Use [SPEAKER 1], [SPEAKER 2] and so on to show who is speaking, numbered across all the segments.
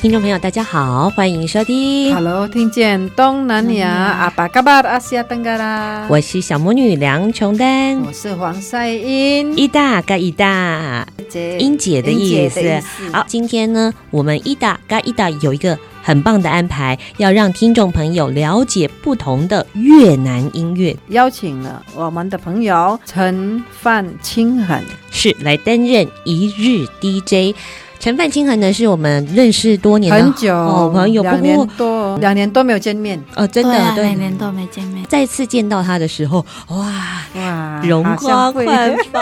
[SPEAKER 1] 听众朋友，大家好，欢迎收听，
[SPEAKER 2] Hello，听见东南亚阿巴嘎巴阿西亚登嘎啦，
[SPEAKER 1] 我是小魔女梁琼丹，
[SPEAKER 2] 我是黄赛英，
[SPEAKER 1] 一大嘎一大，
[SPEAKER 2] 姐
[SPEAKER 1] 英姐的意思。
[SPEAKER 2] 好，
[SPEAKER 1] 好，今天呢，我们一大嘎一大有一个很棒的安排，要让听众朋友了解不同的越南音乐，
[SPEAKER 2] 邀请了我们的朋友陈范清很，
[SPEAKER 1] 是来担任一日 DJ。陈范清衡呢，是我们认识多年的
[SPEAKER 2] 很久，
[SPEAKER 1] 好哦朋友，不
[SPEAKER 2] 两年
[SPEAKER 1] 过
[SPEAKER 2] 多，两年多没有见面，
[SPEAKER 1] 呃，真的
[SPEAKER 3] 啊，
[SPEAKER 1] 对
[SPEAKER 3] 两，年都没见面。
[SPEAKER 1] 再次见到他的时候，哇，
[SPEAKER 2] 哇
[SPEAKER 1] 容光焕发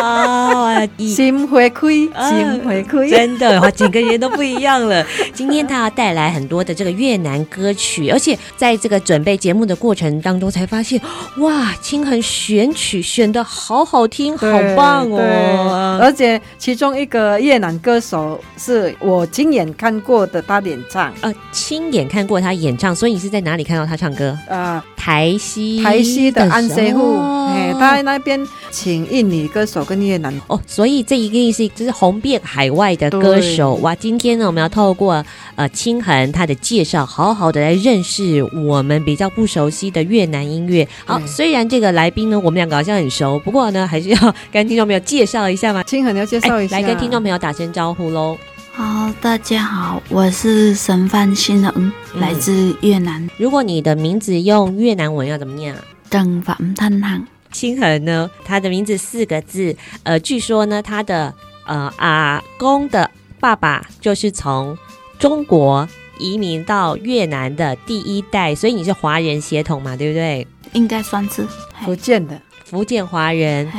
[SPEAKER 1] 啊！一
[SPEAKER 2] 心回馈，
[SPEAKER 1] 啊
[SPEAKER 2] 心回馈，
[SPEAKER 1] 真的，哇，整个人都不一样了。 今天他要带来很多的这个越南歌曲，而且在这个准备节目的过程当中，才发现哇，清衡选曲选的好好听，好
[SPEAKER 2] 对
[SPEAKER 1] 棒
[SPEAKER 2] 对
[SPEAKER 1] 哦！
[SPEAKER 2] 而且其中一个越南歌手是我亲眼看过的，他演唱
[SPEAKER 1] 呃，亲眼看过他演唱，所以你是在哪里看到他唱歌？
[SPEAKER 2] 啊。
[SPEAKER 1] 台西
[SPEAKER 2] 台西的安
[SPEAKER 1] 时
[SPEAKER 2] 塞户，
[SPEAKER 1] 候
[SPEAKER 2] 哎，他在那边请印尼歌手跟越南
[SPEAKER 1] 哦，所以这一定是就是红遍海外的歌手哇！今天呢，我们要透过呃清痕他的介绍，好好的来认识我们比较不熟悉的越南音乐。好，
[SPEAKER 2] 对
[SPEAKER 1] 虽然这个来宾呢，我们两个好像很熟，不过呢，还是要跟听众朋友介绍一下嘛。
[SPEAKER 2] 清很要介绍一下，
[SPEAKER 1] 哎来跟听众朋友打声招呼喽。
[SPEAKER 3] 哦，大家好，我是沈范新人，
[SPEAKER 1] 嗯
[SPEAKER 3] 来自越南
[SPEAKER 1] 如果你的名字用越南文要怎么念啊？
[SPEAKER 3] 正反探行。
[SPEAKER 1] 清痕呢，他的名字四个字，呃，据说呢，他的呃阿公的爸爸就是从中国移民到越南的第一代，所以你是华人血统嘛，对不对？
[SPEAKER 3] 应该算是，
[SPEAKER 1] 哎
[SPEAKER 2] 福建的，
[SPEAKER 1] 福建华人，
[SPEAKER 3] 嘿，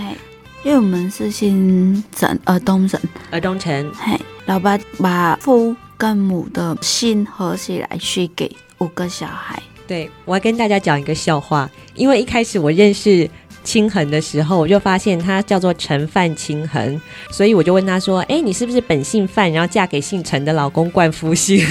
[SPEAKER 3] 因为我们是新省呃东省，
[SPEAKER 1] 而东城
[SPEAKER 3] 嘿，老爸把父跟母的姓合起来去给五个小孩，
[SPEAKER 1] 对，我要跟大家讲一个笑话，因为一开始我认识清衡的时候，我就发现他叫做陈范清衡，所以我就问他说：“哎，你是不是本姓范，然后嫁给姓陈的老公冠夫姓？”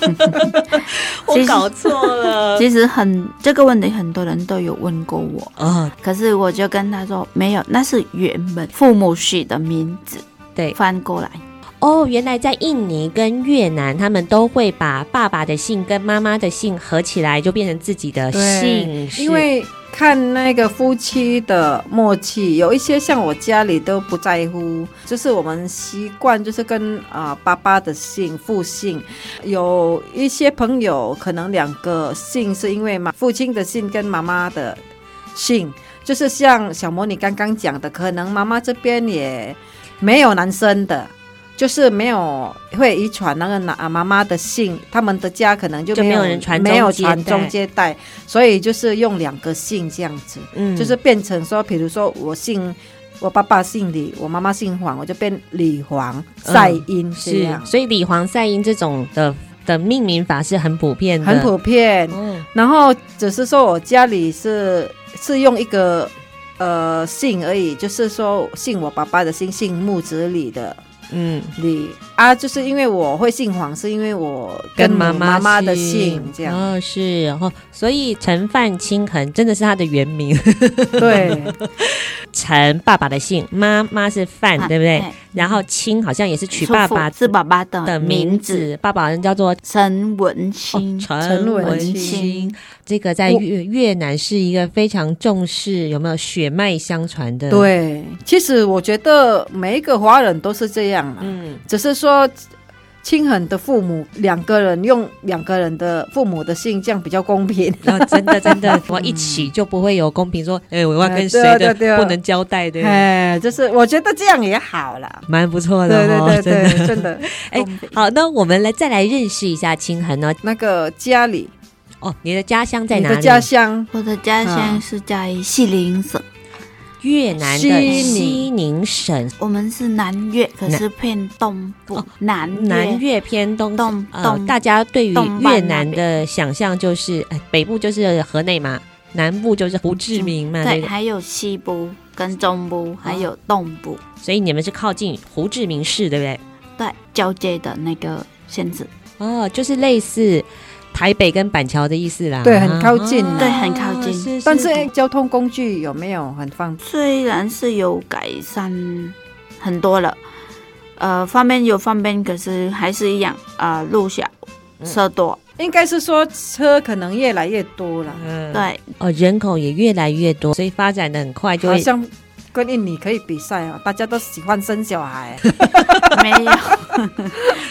[SPEAKER 1] 我
[SPEAKER 3] 其实
[SPEAKER 1] 搞错了。
[SPEAKER 3] 其实很这个问题很多人都有问过我，
[SPEAKER 1] 哦，
[SPEAKER 3] 可是我就跟他说没有，那是原本父母取的名字
[SPEAKER 1] 对，
[SPEAKER 3] 翻过来。
[SPEAKER 1] 哦，原来在印尼跟越南，他们都会把爸爸的姓跟妈妈的姓合起来，就变成自己的姓氏。
[SPEAKER 2] 因为看那个夫妻的默契，有一些像我家里都不在乎，就是我们习惯就是跟啊、呃爸爸的姓父姓，有一些朋友可能两个姓是因为嘛父亲的姓跟妈妈的姓，就是像小魔你刚刚讲的，可能妈妈这边也没有男生的。就是没有会遗传那个男啊妈妈的姓，他们的家可能就
[SPEAKER 1] 就没
[SPEAKER 2] 没
[SPEAKER 1] 有
[SPEAKER 2] 有
[SPEAKER 1] 人传
[SPEAKER 2] 没有
[SPEAKER 1] 宗接
[SPEAKER 2] 传宗
[SPEAKER 1] 代
[SPEAKER 2] 接代，所以就是用两个姓这样子，
[SPEAKER 1] 嗯
[SPEAKER 2] 就是变成说，比如说我姓我爸爸姓李，我妈妈姓黄，我就变李黄赛英这
[SPEAKER 1] 嗯是
[SPEAKER 2] 样，，
[SPEAKER 1] 所以李黄赛英这种的的命名法是很普遍的，
[SPEAKER 2] 很普遍。
[SPEAKER 1] 哦
[SPEAKER 2] 然后只是说我家里是是用一个呃姓而已，就是说姓我爸爸的姓，姓木子李的
[SPEAKER 1] 嗯，
[SPEAKER 2] 李啊，就是因为我会姓黄，是因为我
[SPEAKER 1] 跟
[SPEAKER 2] 我
[SPEAKER 1] 妈
[SPEAKER 2] 妈妈的
[SPEAKER 1] 姓
[SPEAKER 2] 姓这样，
[SPEAKER 1] 哦，是哦，所以陈范清衡真的是他的原名，
[SPEAKER 2] 对。
[SPEAKER 1] 陈爸爸的姓，妈妈是范，嗯
[SPEAKER 2] 啊
[SPEAKER 1] 对不对？
[SPEAKER 3] 哎
[SPEAKER 2] 嗯
[SPEAKER 1] 然后清好像也是取爸爸
[SPEAKER 3] 叔父是爸爸的
[SPEAKER 1] 的名字，爸爸好像叫做
[SPEAKER 3] 陈文清。
[SPEAKER 1] 哦陈
[SPEAKER 2] 陈文
[SPEAKER 1] 文
[SPEAKER 2] 清
[SPEAKER 1] 清，这个在
[SPEAKER 2] 我
[SPEAKER 1] 越越南是一个非常重视有没有血脉相传的。，
[SPEAKER 2] 对，其实我觉得每一个华人都是这样啦，
[SPEAKER 1] 嗯，
[SPEAKER 2] 只是说亲很的父母，两个人用两个人的父母的姓，这样比较公平。
[SPEAKER 1] 然后真的真的，我一起就不会有公平说，哎、我要
[SPEAKER 2] 哎
[SPEAKER 1] 跟谁
[SPEAKER 2] 对啊
[SPEAKER 1] 的
[SPEAKER 2] 对啊对啊
[SPEAKER 1] 不能交代的，
[SPEAKER 2] 哎，就是我觉得这样也好啦。
[SPEAKER 1] 蛮不错
[SPEAKER 2] 对
[SPEAKER 1] 的哦，
[SPEAKER 2] 对对
[SPEAKER 1] 真的
[SPEAKER 2] 对，真的，
[SPEAKER 1] 哎，好，那我们来再来认识一下清恒哦呢。
[SPEAKER 2] 那个家里，
[SPEAKER 1] 哦，你的家乡在
[SPEAKER 2] 你
[SPEAKER 1] 哪里？
[SPEAKER 2] 的家乡
[SPEAKER 3] 我的家乡是在西陵省，
[SPEAKER 1] 嗯越南
[SPEAKER 2] 西
[SPEAKER 1] 的
[SPEAKER 2] 宁
[SPEAKER 1] 西宁省
[SPEAKER 3] 我们是南越，可
[SPEAKER 1] 南
[SPEAKER 3] 是偏东部
[SPEAKER 1] 哦
[SPEAKER 3] 南
[SPEAKER 1] 南
[SPEAKER 3] 越。
[SPEAKER 1] 越偏东。
[SPEAKER 3] 东
[SPEAKER 1] 呃，
[SPEAKER 3] 东
[SPEAKER 1] 大家对于
[SPEAKER 3] 东半
[SPEAKER 1] 越
[SPEAKER 3] 那
[SPEAKER 1] 南
[SPEAKER 3] 边
[SPEAKER 1] 的想象就是，哎，北部就是河内嘛，南部就是胡志明嘛，对
[SPEAKER 3] 对，
[SPEAKER 1] 不对，
[SPEAKER 3] 还有西部跟中
[SPEAKER 1] 哦
[SPEAKER 3] 部，还有东部，
[SPEAKER 1] 所以你们是靠近胡志明市，对不对？
[SPEAKER 3] 对交界的那个县治，
[SPEAKER 1] 哦，就是类似台北跟板桥的意思啦。
[SPEAKER 2] 对很靠近
[SPEAKER 1] 啊
[SPEAKER 3] 对很靠近
[SPEAKER 1] 是
[SPEAKER 2] 但是交通工具有没有很方便？
[SPEAKER 3] 虽然是有改善很多了，呃，方便有方便，可是还是一样啊、呃路小车多，
[SPEAKER 2] 应该是说车可能越来越多了，
[SPEAKER 1] 嗯，
[SPEAKER 3] 对，
[SPEAKER 1] 哦，人口也越来越多，所以发展的很快，就
[SPEAKER 2] 好
[SPEAKER 1] 会
[SPEAKER 2] 像跟印尼可以比赛啊，大家都喜欢生小 孩。
[SPEAKER 3] 没有。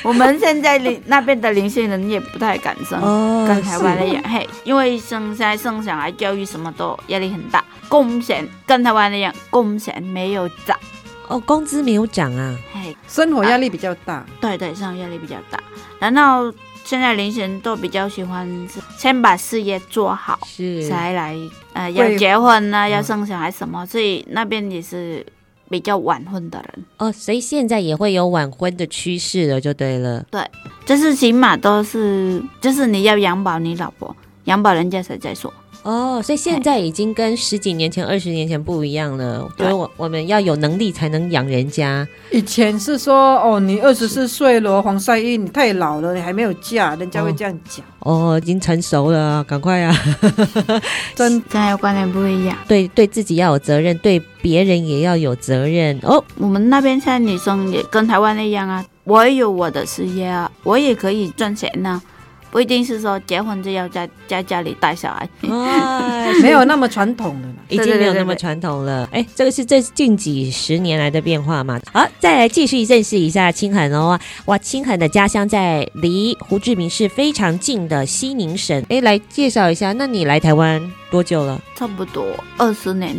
[SPEAKER 3] 我们现在邻那边的邻居人也不太敢生，
[SPEAKER 1] 哦
[SPEAKER 3] 跟台湾
[SPEAKER 1] 是
[SPEAKER 3] 一样，嘿，因为生下生小孩教育什么都压力很大，工钱跟台湾一样，工钱没有涨，
[SPEAKER 1] 哦，工资没有涨啊。
[SPEAKER 3] 嘿，
[SPEAKER 2] 生活压力比较大，
[SPEAKER 3] 对对，上压力比较大。然后现在年轻人都比较喜欢是先把事业做好，
[SPEAKER 1] 是啊
[SPEAKER 3] 才来呃要
[SPEAKER 2] 对
[SPEAKER 3] 结婚呢，要
[SPEAKER 1] 嗯
[SPEAKER 3] 生小孩什么，所以那边也是比较晚婚的人，
[SPEAKER 1] 哦，所以现在也会有晚婚的趋势了，就对了。
[SPEAKER 3] 就是起码都是就是你要养饱你老婆，养饱人家才再说。
[SPEAKER 1] 哦，所以现在已经跟十几年前、二十年前不一样了。所
[SPEAKER 3] 对
[SPEAKER 1] 以我我们要有能力才能养人家。
[SPEAKER 2] 以前是说哦，你二十四岁了，黄赛英，你太老了，你还没有嫁，人家会这样讲。
[SPEAKER 1] 哦， 已经成熟了，赶快啊！
[SPEAKER 2] 真
[SPEAKER 3] 现在观念不一样，
[SPEAKER 1] 对对自己要有责任，对别人也要有责任 哦。
[SPEAKER 3] 我们那边现在女生也跟台湾一样啊，我也有我的事业啊，我也可以赚钱呢、不一定是说结婚就要在在家里带小孩，
[SPEAKER 1] 哎，
[SPEAKER 2] 没有那么传统的了。
[SPEAKER 1] 已经没有那么传统了。哎，这个是这近几十年来的变化嘛。好，再来继续认识一下清衡哦。哇，清衡的家乡在离胡志明市非常近的西宁省。哎，来介绍一下，那你来台湾多久了？
[SPEAKER 3] 差不多二十年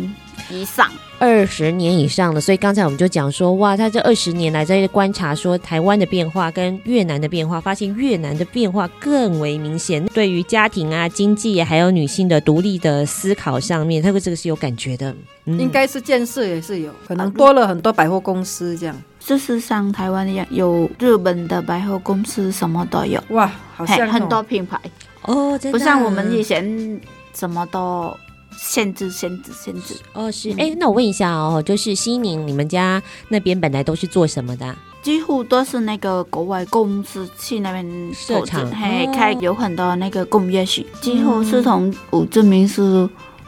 [SPEAKER 3] 以上。
[SPEAKER 1] 二十年以上了，所以刚才我们就讲说，哇，他这二十年来在观察说台湾的变化跟越南的变化，发现越南的变化更为明显，对于家庭啊、经济啊还有女性的独立的思考上面，他对这个是有感觉的，嗯
[SPEAKER 2] 应该是建设也是有，可能多了很多百货公司这样。
[SPEAKER 3] 就是像台湾一样，有日本的百货公司，什么都
[SPEAKER 1] 嗯
[SPEAKER 3] 有，
[SPEAKER 2] 哇，好
[SPEAKER 3] 嘿
[SPEAKER 2] 像哦
[SPEAKER 3] 很多品牌，
[SPEAKER 1] 哦，真的
[SPEAKER 3] 不
[SPEAKER 1] 啊
[SPEAKER 3] 像我们以前什么都限制、限制、限制。
[SPEAKER 1] 哦是哎，那我问一下哦，就是西宁你们家那边本来都是做什么的啊、
[SPEAKER 3] 几乎都是那个国外公司去那边
[SPEAKER 1] 设
[SPEAKER 3] 投资
[SPEAKER 1] 厂，
[SPEAKER 3] 嘿，
[SPEAKER 1] 哦
[SPEAKER 3] 开有很多那个工业区，几乎是从胡志明市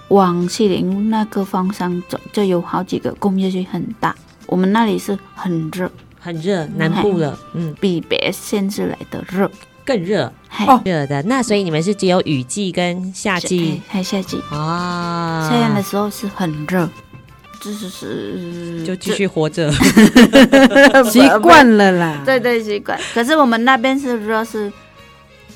[SPEAKER 3] 往西宁那个方向走，就有好几个工业区很大。我们那里是很热，
[SPEAKER 1] 很热，南部了，嗯，
[SPEAKER 3] 比别县市来的热，
[SPEAKER 1] 更热，
[SPEAKER 3] 嘿，
[SPEAKER 2] 哦
[SPEAKER 1] 热的。那所以你们是只有雨季跟夏季
[SPEAKER 3] 还夏季。
[SPEAKER 1] 啊？
[SPEAKER 3] 夏天的时候是很热，就是是
[SPEAKER 1] 就继续活着。
[SPEAKER 2] 习惯了啦。
[SPEAKER 3] 对对习惯。可是我们那边是热是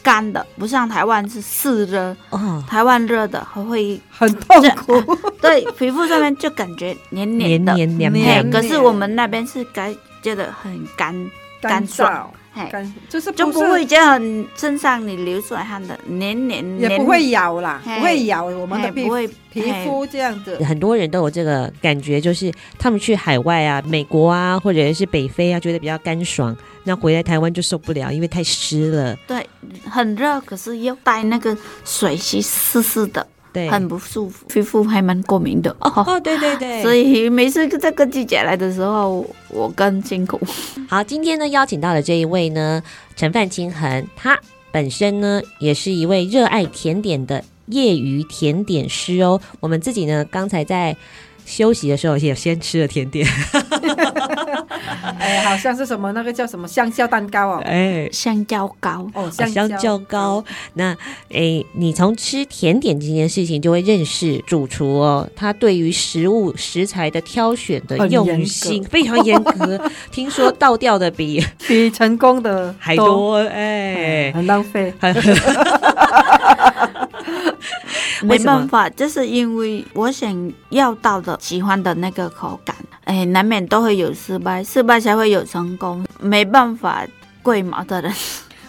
[SPEAKER 3] 干的，不像台湾是湿热，
[SPEAKER 1] 哦，
[SPEAKER 3] 台湾热的还会
[SPEAKER 2] 很痛 苦。
[SPEAKER 3] 对皮肤上面就感觉 黏
[SPEAKER 1] 黏
[SPEAKER 3] 的。
[SPEAKER 1] 黏黏
[SPEAKER 2] 黏
[SPEAKER 3] 嘿
[SPEAKER 1] 黏，
[SPEAKER 3] 可是我们那边是感觉得很干，干爽
[SPEAKER 2] 燥，
[SPEAKER 3] 嘿，
[SPEAKER 2] 干就是
[SPEAKER 3] 就不
[SPEAKER 2] 是
[SPEAKER 3] 会觉得很身上你流出来汗的黏黏黏，
[SPEAKER 2] 也不会咬啦，
[SPEAKER 3] 嘿
[SPEAKER 2] 不会咬我
[SPEAKER 3] 我
[SPEAKER 2] 们的皮
[SPEAKER 3] 不会
[SPEAKER 2] 皮肤这样子。
[SPEAKER 1] 很多人都有这个感觉，就是他们去海外啊，美国啊，或者是北非啊，觉得比较干爽，那回来台湾就受不了，因为太湿了。
[SPEAKER 3] 很热，可是又带那个水是湿湿的，
[SPEAKER 1] 对，
[SPEAKER 3] 很不舒服，皮肤还蛮过敏的哦。
[SPEAKER 1] 哦，对对对。
[SPEAKER 3] 所以每次这个季节来的时候，我更辛苦。
[SPEAKER 1] 好，今天呢邀请到的这一位呢，陈范清衡，他本身呢也是一位热爱甜点的业余甜点师哦。我们自己呢刚才在。休息的时候也先吃了甜点，
[SPEAKER 2] 哎，好像是什么那个叫什么香蕉蛋糕哦，
[SPEAKER 1] 哎。
[SPEAKER 3] 香蕉糕，
[SPEAKER 2] 哦，
[SPEAKER 1] 啊
[SPEAKER 2] 香嗯
[SPEAKER 1] 香蕉糕，那诶，你从吃甜点这件事情就会认识主厨哦，他对于食物食材的挑选的
[SPEAKER 2] 很
[SPEAKER 1] 用
[SPEAKER 2] 严
[SPEAKER 1] 于
[SPEAKER 2] 格
[SPEAKER 1] 性非常严 格，听说倒掉的比
[SPEAKER 2] 比成功的
[SPEAKER 1] 还多，哎，
[SPEAKER 2] 很浪费。
[SPEAKER 1] 为
[SPEAKER 3] 没
[SPEAKER 1] 什么
[SPEAKER 3] 办法，这是因为我想要到的喜欢的那个口感，哎，难免都会有失败，失败才会有成功，没办法。贵毛的 人，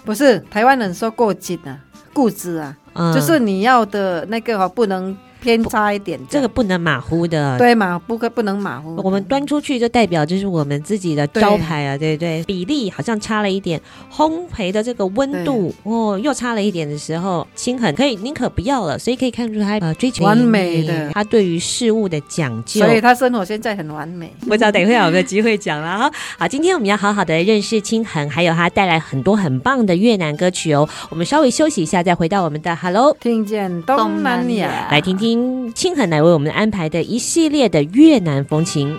[SPEAKER 2] 不是台湾人说过紧啊，固执啊，
[SPEAKER 1] 嗯
[SPEAKER 2] 就是你要的那个哦，不能偏差一点。
[SPEAKER 1] 这个不能马虎的。
[SPEAKER 2] 对嘛，不可不能马虎。
[SPEAKER 1] 我们端出去就代表这是我们自己的招牌啊，对不对？比例好像差了一点，烘焙的这个温度哦又差了一点的时候，心狠可以宁可不要了，所以可以看出他呃追求
[SPEAKER 2] 完美的
[SPEAKER 1] 他对于事物的讲究
[SPEAKER 2] 所。以他生活现在很完美。
[SPEAKER 1] 不知道等一会有没有机会讲了哈。好，今天我们要好好的认识清恒，还有他带来很多很棒的越南歌曲哦。我们稍微休息一下，再回到我们的 Hello。
[SPEAKER 2] 听见东南亚，
[SPEAKER 1] 来听听清恒来为我们安排的一系列的越南风情。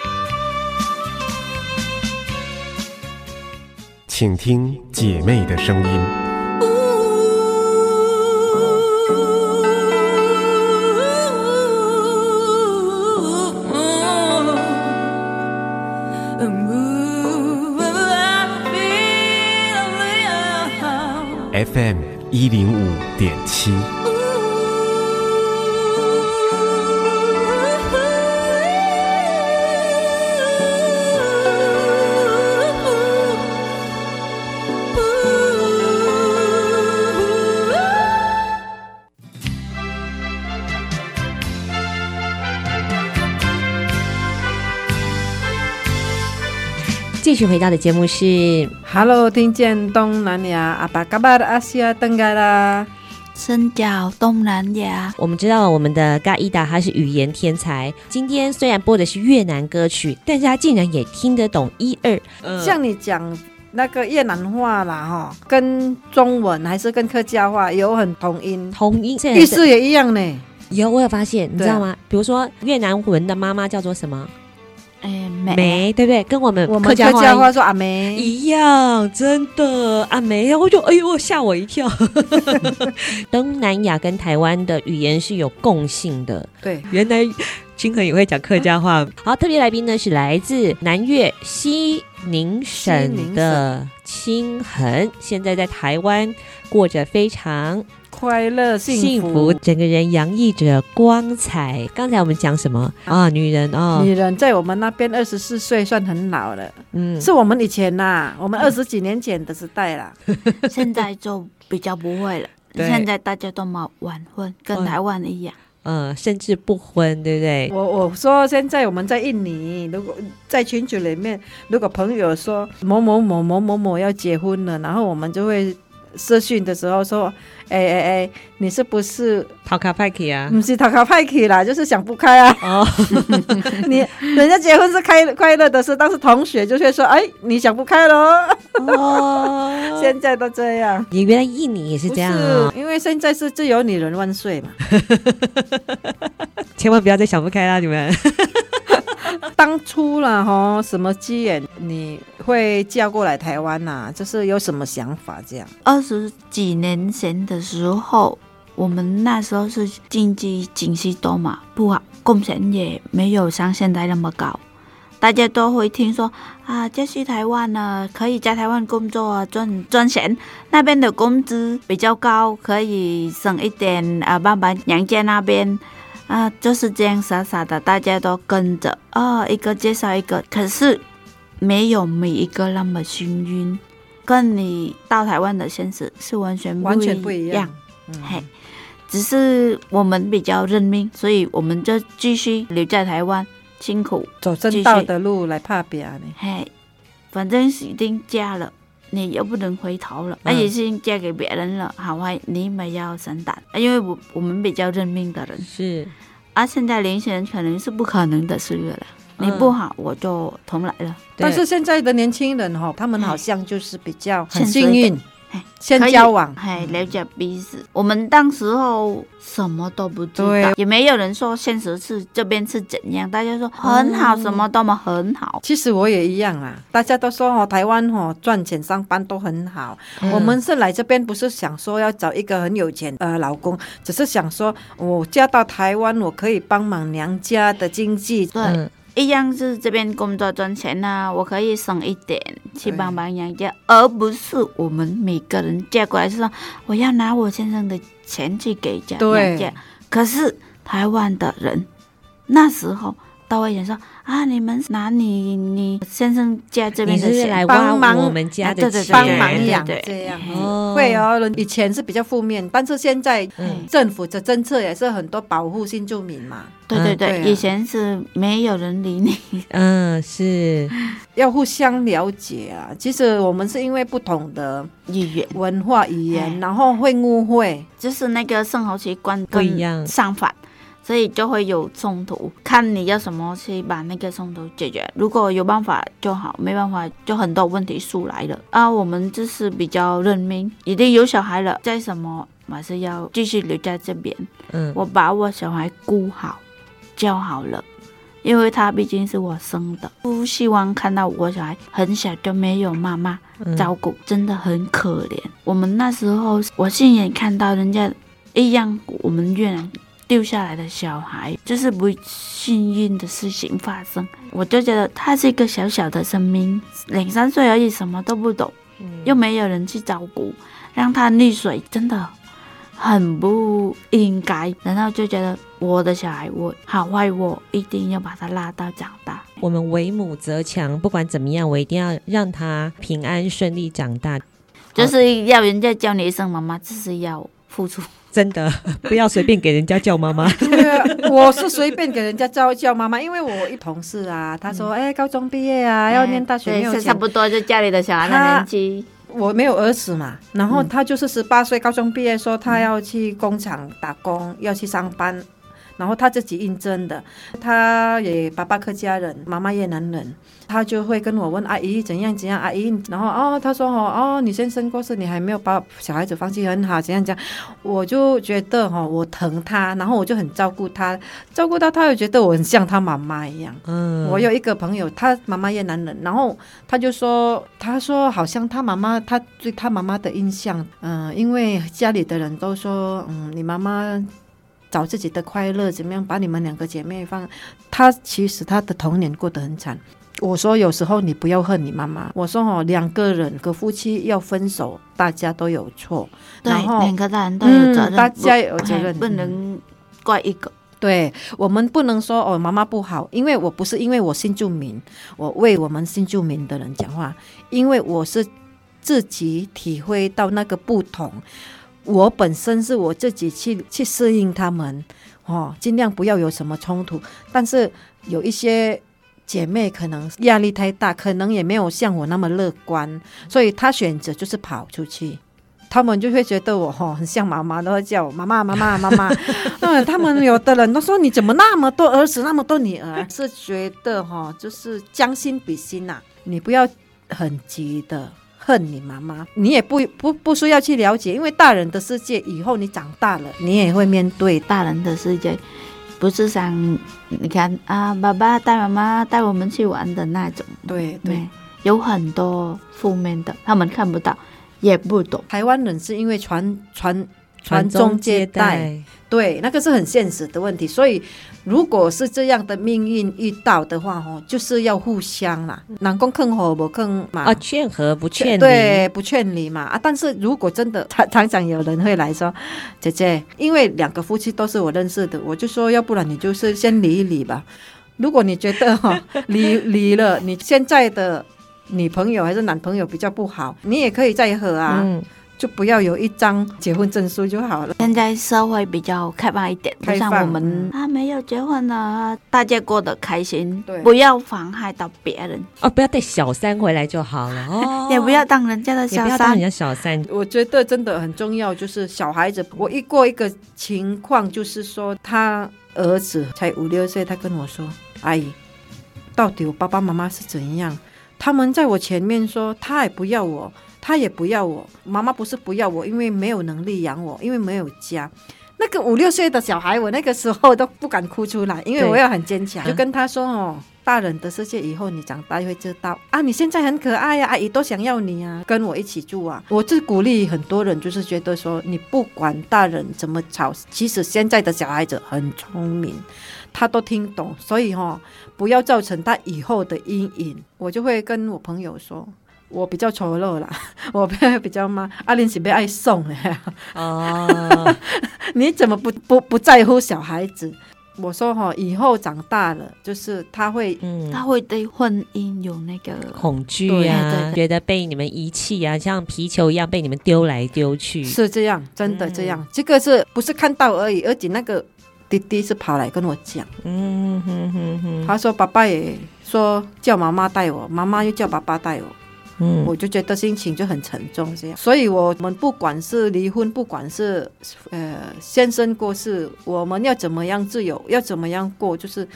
[SPEAKER 4] 请听姐妹的声音。FM 一零五点七，
[SPEAKER 1] 继续回到的节目是
[SPEAKER 2] Hello，听见东南亚，阿巴嘎巴的阿西亚登嘎啦，
[SPEAKER 3] 深交东南亚，
[SPEAKER 1] 我们知道我们的嘎伊达他是语言天才，今天虽然播的是越南歌曲，但是他竟然也听得懂一二。
[SPEAKER 2] 像你讲。那个越南话啦，哈，跟中文还是跟客家话有很同音，
[SPEAKER 1] 同音，虽然
[SPEAKER 2] 意
[SPEAKER 1] 是
[SPEAKER 2] 思也一样呢。
[SPEAKER 1] 有我有发现，你知
[SPEAKER 2] 对啊
[SPEAKER 1] 道吗？比如说越南文的妈妈叫做什么
[SPEAKER 3] 哎，美
[SPEAKER 1] 梅，对不对？跟我们
[SPEAKER 2] 我们
[SPEAKER 1] 客
[SPEAKER 2] 客
[SPEAKER 1] 家
[SPEAKER 2] 家
[SPEAKER 1] 话
[SPEAKER 2] 话说阿梅，
[SPEAKER 1] 一样，真的啊，没有，我就哎呦吓我一跳。 东南亚跟台湾的语言是有共性的，
[SPEAKER 2] 对，
[SPEAKER 1] 原来清恒也会讲客家话。好，特别来宾呢是来自南越西宁省的清恒，现在在台湾过着非常
[SPEAKER 2] 快乐
[SPEAKER 1] 幸
[SPEAKER 2] 幸
[SPEAKER 1] 福，
[SPEAKER 2] 福。
[SPEAKER 1] 整个人洋溢着光彩。刚才我们讲什么啊？女人啊，
[SPEAKER 2] 女人在我们那边二十四岁算很老了，
[SPEAKER 1] 嗯，
[SPEAKER 2] 是我们以前呐、我们二十几年前的时代啦。
[SPEAKER 1] 嗯
[SPEAKER 3] 现在就比较不会了。
[SPEAKER 1] 对
[SPEAKER 3] 现在大家都蛮晚婚，
[SPEAKER 1] 嗯
[SPEAKER 3] 跟台湾一样。
[SPEAKER 1] 呃，甚至不婚，对不对？
[SPEAKER 2] 我我说现在我们在印尼，如果在群组里面，如果朋友说某某某某某某要结婚了，然后我们就会。私讯的时候说，哎哎哎，你是不是
[SPEAKER 1] 陶卡派克 啊，
[SPEAKER 2] 不是讨卡派去啦？就是想不开啊！
[SPEAKER 1] 哦，
[SPEAKER 2] 你人家结婚是开快乐的事，但是同学就会说，哎，你想不开咯。
[SPEAKER 1] 哦
[SPEAKER 2] 现在都这样。
[SPEAKER 1] 你原来印尼也是
[SPEAKER 2] 不
[SPEAKER 1] 这样啊！
[SPEAKER 2] 因为现在是自由女人万岁嘛。
[SPEAKER 1] 千万不要再想不开啦，你们。
[SPEAKER 2] 当初啦，哈，什么机缘你会嫁过来台湾呐、就是有什么想法这样？
[SPEAKER 3] 二十几年前的时候，我们那时候是经济景气多嘛，不好，贡献也没有像现在那么高。大家都会听说啊，嫁去台湾呢，可以在台湾工作啊，赚赚钱，那边的工资比较高，可以省一点啊，爸爸娘家那边啊，就是这样傻傻的，大家都跟着啊，一个介绍一个，可是没有每一个那么幸运。跟你到台湾的现实是完全
[SPEAKER 2] 完全不一
[SPEAKER 3] 样
[SPEAKER 2] 样，。嗯
[SPEAKER 3] 嘿，只是我们比较认命，所以我们就继续留在台湾，辛苦。
[SPEAKER 2] 走正道的路来怕别人呢。
[SPEAKER 3] 嘿，反正已经嫁了，你又不能回头了，而且是已经嫁给别人了，好啊，你们要承担。啊因为我我们比较认命的人，
[SPEAKER 1] 是，
[SPEAKER 3] 啊，现在年轻人可能是不可能的事了啦。你
[SPEAKER 1] 嗯
[SPEAKER 3] 不好，我就重来了。
[SPEAKER 1] 对
[SPEAKER 2] 但是现在的年轻人哈、他们好像就是比较很
[SPEAKER 3] 欠追
[SPEAKER 2] 幸运，
[SPEAKER 3] 嘿
[SPEAKER 2] 先
[SPEAKER 3] 可
[SPEAKER 1] 哎
[SPEAKER 3] 以
[SPEAKER 2] 交往
[SPEAKER 3] 嘿，了解彼此。我们当时候什么都不知道
[SPEAKER 2] 对，
[SPEAKER 3] 也没有人说现实是这边是怎样，大家说很好，
[SPEAKER 2] 嗯
[SPEAKER 3] 什么都嘛很好。
[SPEAKER 2] 其实我也一样啦，大家都说哦，台湾哦赚钱上班都很好。
[SPEAKER 3] 嗯
[SPEAKER 2] 我们是来这边不是想说要找一个很有钱呃老公，只是想说我嫁到台湾，我可以帮忙娘家的经济。
[SPEAKER 3] 对，
[SPEAKER 1] 嗯
[SPEAKER 3] 一样是这边工作赚钱呐、我可以省一点去
[SPEAKER 2] 对
[SPEAKER 3] 帮忙娘家，而不是我们每个人嫁过来是说我要拿我先生的钱去给家
[SPEAKER 2] 对
[SPEAKER 3] 娘家。可是台湾的人那时候都会想说啊，你们拿你你先生家这
[SPEAKER 1] 你
[SPEAKER 3] 边的
[SPEAKER 1] 是来
[SPEAKER 3] 钱
[SPEAKER 1] 挖
[SPEAKER 2] 帮忙
[SPEAKER 1] 我们家的
[SPEAKER 3] 啊对对
[SPEAKER 1] 钱，
[SPEAKER 2] 帮
[SPEAKER 3] 对
[SPEAKER 2] 忙养
[SPEAKER 3] 对对嗯
[SPEAKER 2] 这样
[SPEAKER 3] 嘿
[SPEAKER 1] 哦
[SPEAKER 2] 会哦，以前是比较负面，但是现在
[SPEAKER 1] 嗯
[SPEAKER 2] 政府的政策也是很多保护新住民嘛，
[SPEAKER 3] 对对对，
[SPEAKER 2] 对啊
[SPEAKER 3] 以前是没有人理你，
[SPEAKER 1] 嗯是
[SPEAKER 2] 要互相了解啊。其实我们是因为不同的
[SPEAKER 3] 语言
[SPEAKER 2] 文化语言，
[SPEAKER 3] 哎
[SPEAKER 2] 然后会误会。
[SPEAKER 3] 就是那个生活习惯
[SPEAKER 1] 不一样
[SPEAKER 3] 跟相反，所以就会有冲突。看你要什么去把那个冲突解决，如果有办法就好，没办法就很多问题出来了啊。我们就是比较认命，已经有小孩了，再什么还是要继续留在这边。
[SPEAKER 1] 嗯
[SPEAKER 3] 我把我小孩顾好，教好了，因为他毕竟是我生的，不希望看到我小孩很小就没有妈妈
[SPEAKER 1] 嗯
[SPEAKER 3] 照顾，真的很可怜。我们那时候，我亲眼看到人家一样，我们越南丢下来的小孩，就是不幸运的事情发生，我就觉得他是一个小小的生命，两三岁而已，什么都不懂，
[SPEAKER 1] 嗯
[SPEAKER 3] 又没有人去照顾，让他溺水，真的很不应该。然后就觉得我的小孩，我好坏我一定要把他拉到长大。
[SPEAKER 1] 我们为母则强，不管怎么样，我一定要让他平安顺利长大。
[SPEAKER 3] 就是要人家叫你一声妈妈，就是要付出。
[SPEAKER 1] 真的不要随便给人家叫妈妈。
[SPEAKER 2] 对啊，我是随便给人家叫叫妈妈，因为我一同事啊，他说，哎、高中毕业啊，要念大学没有
[SPEAKER 3] 嗯哎对，
[SPEAKER 2] 钱，
[SPEAKER 3] 差不多就家里的小孩的
[SPEAKER 2] 他
[SPEAKER 3] 年纪。
[SPEAKER 2] 我没有儿子嘛，然后他就是十八岁高中毕业，说他要去工厂打工，要去上班，然后他自己应征的，他也爸爸客家人，妈妈越南人，他就会跟我问阿姨怎样怎样，阿姨，然后哦，他说哦哦，你先生过世，你还没有把小孩子放弃，很好，怎样怎样，我就觉得哈、哦，我疼他，然后我就很照顾他，照顾到他又觉得我很像他妈妈一样。
[SPEAKER 1] 嗯，
[SPEAKER 2] 我有一个朋友，他妈妈越南人，然后他就说，他说好像他妈妈，他对他妈妈的印象，嗯、因为家里的人都说，嗯，你妈妈找自己的快乐，怎么样把你们两个姐妹放？他其实他的童年过得很惨。我说有时候你不要恨你妈妈，我说哦，两个人个夫妻要分手，大家都有错，
[SPEAKER 3] 对，
[SPEAKER 2] 然后
[SPEAKER 3] 每个大人都有责任，
[SPEAKER 2] 嗯大家
[SPEAKER 3] 不哎
[SPEAKER 2] 有责任
[SPEAKER 3] 嘿不能怪一个。
[SPEAKER 2] 对我们不能说哦，妈妈不好，因为我不是因为我新住民，我为我们新住民的人讲话，因为我是自己体会到那个不同，我本身是我自己去去适应他们，哦，尽量不要有什么冲突，但是有一些。姐妹可能压力太大，可能也没有像我那么乐观，所以她选择就是跑出去。他们就会觉得我哦吼很像妈妈，都会叫我妈妈妈妈妈妈。嗯，他们有的人都说你怎么那么多儿子，那么多女儿， 是觉得哈，就是将心比心呐、你不要很急的恨你妈妈，你也不不不需要去了解，因为大人的世界以后你长大了，你也会面对的。
[SPEAKER 3] 大人的世界，不是像你看啊，爸爸带妈妈带我们去玩的那种。
[SPEAKER 2] 对对，
[SPEAKER 3] 有很多负面的，他们看不到，也不懂。
[SPEAKER 2] 台湾人是因为传传
[SPEAKER 1] 传
[SPEAKER 2] 传宗接代。，对，那个是很现实的问题。所以，如果是这样的命运遇到的话，哦，就是要互相啦，南宫坑火不坑嘛。
[SPEAKER 1] 啊，劝和不劝离。
[SPEAKER 2] 对，不劝离嘛啊！但是如果真的 常常常有人会来说，姐姐，因为两个夫妻都是我认识的，我就说，要不然你就是先离一离吧。 如果你觉得哈、 离离了，你现在的女朋友还是男朋友比较不好，你也可以再和啊，
[SPEAKER 1] 嗯，
[SPEAKER 2] 就不要有一张结婚证书就好了。
[SPEAKER 3] 现在社会比较开放一点，不
[SPEAKER 2] 开放
[SPEAKER 3] 像我
[SPEAKER 1] 嗯
[SPEAKER 3] 们啊没有结婚呢，大家过得开心
[SPEAKER 2] 对，
[SPEAKER 3] 不要妨害到别人，
[SPEAKER 1] 哦，不要带小三回来就好了哦
[SPEAKER 3] ，也不要当人家的
[SPEAKER 1] 也
[SPEAKER 3] 小
[SPEAKER 1] 不要当
[SPEAKER 3] 三
[SPEAKER 1] 人。家小 三。
[SPEAKER 2] 我觉得真的很重要，就是小孩子，我遇过一个情况，就是说他儿子才五六岁，他跟我说：“阿姨，到底我爸爸妈妈是怎样？他们在我前面说，他也不要我，他也不要我。妈妈不是不要我，因为没有能力养我，因为没有家。那个五六岁的小孩，我那个时候都不敢哭出来，因为
[SPEAKER 1] 对
[SPEAKER 2] 我要很坚强。
[SPEAKER 1] 嗯
[SPEAKER 2] 就跟他说哦，大人的世界以后你长大会知道啊，你现在很可爱呀、阿姨都想要你啊，跟我一起住啊。我是鼓励很多人，就是觉得说，你不管大人怎么吵，其实现在的小孩子很聪明，他都听懂，所以哈、哦，不要造成他以后的阴影。我就会跟我朋友说。我比较丑陋啦， 我比较妈阿玲是被爱送的、
[SPEAKER 1] 哦，
[SPEAKER 2] 你怎么不不不在乎小孩子？我说哈、以后长大了，就是他会
[SPEAKER 1] 嗯，
[SPEAKER 3] 他会对婚姻有那个
[SPEAKER 1] 恐惧
[SPEAKER 3] 对
[SPEAKER 1] 啊，
[SPEAKER 3] 对对
[SPEAKER 1] 觉得被你们遗弃啊，像皮球一样被你们丢来丢去。
[SPEAKER 2] 是这样，真的
[SPEAKER 1] 嗯
[SPEAKER 2] 这样。这个是不是看到而已？而且那个弟弟是跑来跟我讲，
[SPEAKER 1] 嗯哼哼哼，
[SPEAKER 2] 他说爸爸也说叫妈妈带我，妈妈又叫爸爸带我，
[SPEAKER 1] 嗯
[SPEAKER 2] 我就觉得心情就很沉重这样。所以我们不管是离婚，不管是呃先生过世，我们要怎么样自由，要怎么样过，就是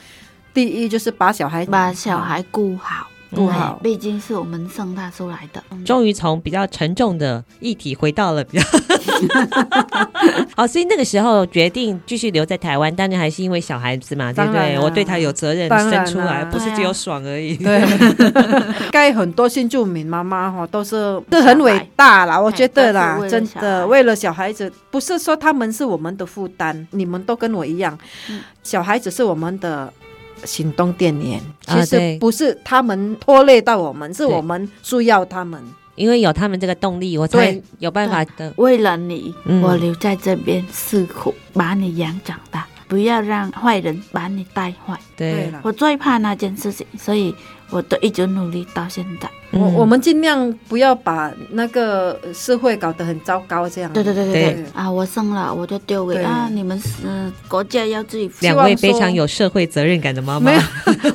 [SPEAKER 2] 第一就是把小孩
[SPEAKER 3] 把小孩顾好，
[SPEAKER 2] 顾好
[SPEAKER 3] 哎。毕竟是我们生他出来的。
[SPEAKER 1] 终于从比较沉重的议题回到了比 较，哦，所以那个时候决定继续留在台湾，当然还是因为小孩子嘛，对不
[SPEAKER 2] 当然
[SPEAKER 1] 对？
[SPEAKER 2] 啦
[SPEAKER 1] 我对他有责任，
[SPEAKER 2] 当然
[SPEAKER 1] 生出来
[SPEAKER 2] 啦
[SPEAKER 1] 不是只有爽而已。
[SPEAKER 2] 对，该很多新住民妈妈哈都是是很伟大啦，我觉得啦
[SPEAKER 3] 都是，为
[SPEAKER 2] 真
[SPEAKER 3] 了小孩
[SPEAKER 2] 的为了小孩子，不是说他们是我们的负担，你们都跟我一样，
[SPEAKER 3] 嗯
[SPEAKER 2] 小孩子是我们的。行动电源，
[SPEAKER 1] 啊
[SPEAKER 2] 其
[SPEAKER 1] 对
[SPEAKER 2] 实不是他们拖累到我们，
[SPEAKER 1] 对
[SPEAKER 2] 是我们需要他们。
[SPEAKER 1] 因为有他们这个动力，我才
[SPEAKER 2] 对
[SPEAKER 1] 有办法的。
[SPEAKER 3] 为了你，
[SPEAKER 1] 嗯
[SPEAKER 3] 我留在这边吃苦，把你养长大，不要让坏人把你带坏。
[SPEAKER 1] 对，
[SPEAKER 2] 了，
[SPEAKER 3] 我最怕那件事情，所以我都一直努力到现在。
[SPEAKER 1] 嗯
[SPEAKER 2] 我我们尽量不要把那个社会搞得很糟糕，这样。
[SPEAKER 3] 对对对
[SPEAKER 1] 对
[SPEAKER 3] 对对啊！我生了我就丢给
[SPEAKER 2] 对
[SPEAKER 3] 啊，你们是、呃国家要自己负。
[SPEAKER 1] 两位
[SPEAKER 2] 希
[SPEAKER 1] 非
[SPEAKER 2] 望说
[SPEAKER 1] 常有社会责任感的妈妈
[SPEAKER 2] 没有，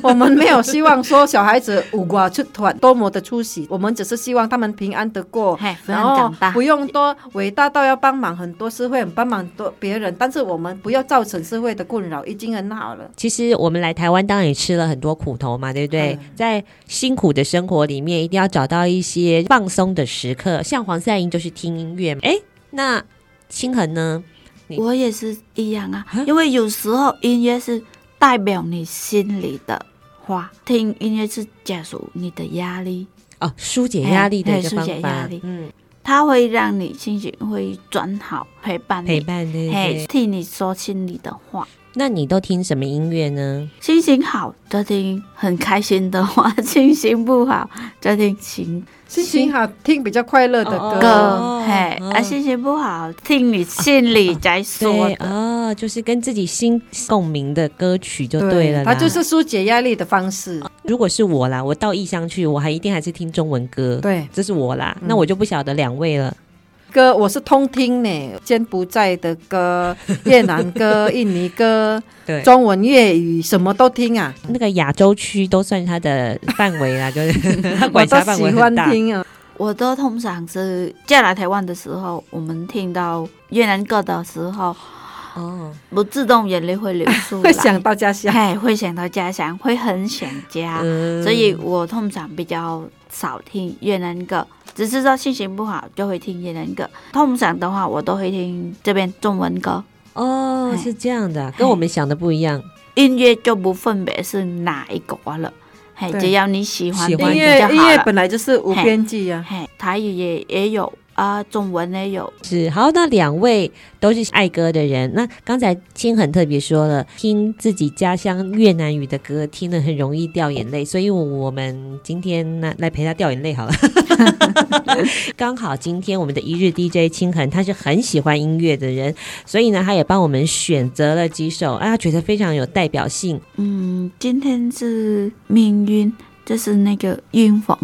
[SPEAKER 2] 我们没有希望说小孩子五瓜出团多么的出息，我们只是希望他们平安的过
[SPEAKER 3] 嘿，平
[SPEAKER 2] 然
[SPEAKER 3] 安
[SPEAKER 2] 后
[SPEAKER 3] 长大
[SPEAKER 2] 不用多伟大到要帮忙很多社会，帮忙多别人，但是我们不要造成社会的困扰，已经很好了。
[SPEAKER 1] 其实我们来台湾当然也吃了很多苦头嘛，对不对？在辛苦的生活里面，一定要找到一些放松的时刻，像黄赛英就是听音乐嘛。哎，那清恒呢？你
[SPEAKER 3] 我也是一样啊
[SPEAKER 1] 啊，
[SPEAKER 3] 因为有时候音乐是代表你心里的话，听音乐是解除你的压力，
[SPEAKER 1] 哦，疏解压力的一个
[SPEAKER 3] 哎哎
[SPEAKER 1] 方
[SPEAKER 3] 疏解
[SPEAKER 1] 法
[SPEAKER 3] 压力，
[SPEAKER 1] 嗯，
[SPEAKER 3] 它会让你心情会转好，陪伴你，
[SPEAKER 1] 陪伴对对
[SPEAKER 3] 嗯嘿
[SPEAKER 1] 对。
[SPEAKER 3] 替你说心里的话。
[SPEAKER 1] 那你都听什么音乐呢？
[SPEAKER 3] 心情好就听很开心的话，心情不好就听情
[SPEAKER 2] 心情好，听比较快乐的
[SPEAKER 1] 哦
[SPEAKER 2] 歌。
[SPEAKER 3] 歌，
[SPEAKER 1] 哦
[SPEAKER 3] 嘿，
[SPEAKER 1] 哦
[SPEAKER 3] 啊，心情不好听你心里在说
[SPEAKER 1] 对
[SPEAKER 3] 的。
[SPEAKER 2] 嗯
[SPEAKER 1] 哦，就是跟自己心共鸣的歌曲就对了啦。
[SPEAKER 2] 它就是疏解压力的方式。
[SPEAKER 1] 如果是我啦，我到异乡去，我还一定还是听中文歌。，
[SPEAKER 2] 对，
[SPEAKER 1] 这是我啦。
[SPEAKER 2] 嗯
[SPEAKER 1] 那我就不晓得两位了。
[SPEAKER 2] 歌我是通听呢，柬埔寨的歌、越南歌、印尼歌、
[SPEAKER 1] 对
[SPEAKER 2] 中文、粤语，什么都听啊，
[SPEAKER 1] 那个亚洲区都算它的范围啦， 就是它
[SPEAKER 2] 我
[SPEAKER 1] 管
[SPEAKER 2] 都
[SPEAKER 1] 辖范围很
[SPEAKER 2] 喜欢
[SPEAKER 1] 大。
[SPEAKER 2] 听啊。
[SPEAKER 3] 我都通常是呃嫁来台湾的时候，我们听到越南歌的时候，
[SPEAKER 1] 哦，
[SPEAKER 3] 不自动眼泪会流出来，
[SPEAKER 2] 会想到家乡，
[SPEAKER 3] 嘿，会想到家乡，会很想家，
[SPEAKER 1] 嗯
[SPEAKER 3] 啊所以我通常比较少听越南歌，只是说心情不好就会听越南歌。通常的话，我都会听这边中文歌，
[SPEAKER 1] 哦
[SPEAKER 3] 嘿
[SPEAKER 1] 是这样的啊，跟我们想的不一样。
[SPEAKER 3] 音乐就不分别是哪一国了，嘿，
[SPEAKER 2] 对
[SPEAKER 3] 只要你喜欢
[SPEAKER 1] 喜
[SPEAKER 3] 听
[SPEAKER 1] 欢玩
[SPEAKER 2] 音
[SPEAKER 3] 就
[SPEAKER 1] 比
[SPEAKER 2] 乐
[SPEAKER 3] 好
[SPEAKER 2] 音乐
[SPEAKER 3] 了。
[SPEAKER 2] 本来就是无边际啊。
[SPEAKER 3] 嘿，台语也也有啊、中文也有，
[SPEAKER 1] 是好，那两位都是爱歌的人。那刚才青很特别说了，听自己家乡越南语的歌，听了很容易掉眼泪，所以我们今天呢来陪他掉眼泪好 了。刚好今天我们的一日 DJ 青恒，他是很喜欢音乐的人，所以呢，他也帮我们选择了几首啊，觉得非常有代表性。
[SPEAKER 3] 嗯，今天是命运，就是那个运风，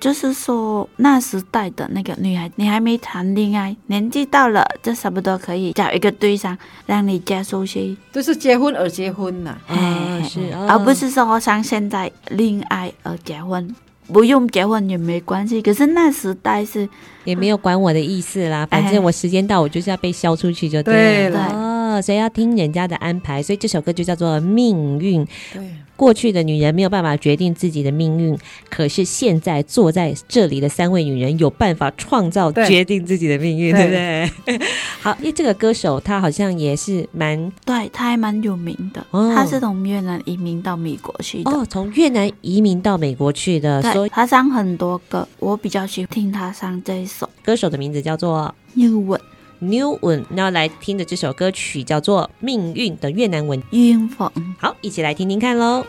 [SPEAKER 3] 就是说那时代的那个女孩，你还没谈恋爱，年纪到了就差不多可以找一个对象，让你加速些，
[SPEAKER 2] 就是结婚而结婚呐、
[SPEAKER 1] 啊
[SPEAKER 3] 哎，
[SPEAKER 1] 是啊
[SPEAKER 3] 而不是说像现在恋爱而结婚。不用结婚也没关系，可是那时代是
[SPEAKER 1] 也没有
[SPEAKER 2] 嗯
[SPEAKER 1] 管我的意思啦，反正我时间到，我就是要被消出去就对
[SPEAKER 2] 哎对
[SPEAKER 1] 了。
[SPEAKER 3] 了
[SPEAKER 1] 哦，所以要听人家的安排，所以这首歌就叫做《命运》。
[SPEAKER 2] 对，
[SPEAKER 1] 过去的女人没有办法决定自己的命运，可是现在坐在这里的三位女人有办法创造
[SPEAKER 2] 对
[SPEAKER 1] 决定自己的命运，对
[SPEAKER 2] 对
[SPEAKER 1] 不对？ 好，因为这个歌手他好像也是蛮
[SPEAKER 3] 对，他还蛮有名的，
[SPEAKER 1] 哦
[SPEAKER 3] 他是从越南移民到美国去的。
[SPEAKER 1] 哦，从越南移民到美国去的，所
[SPEAKER 3] 对，
[SPEAKER 1] 以
[SPEAKER 3] 他唱很多歌，我比较喜欢听他唱这一首
[SPEAKER 1] 歌手的名字叫做
[SPEAKER 3] 日文
[SPEAKER 1] New One，那来听的这首歌曲叫做《命运》的越南文，
[SPEAKER 3] 音粉。
[SPEAKER 1] 好，一起来听听看喽。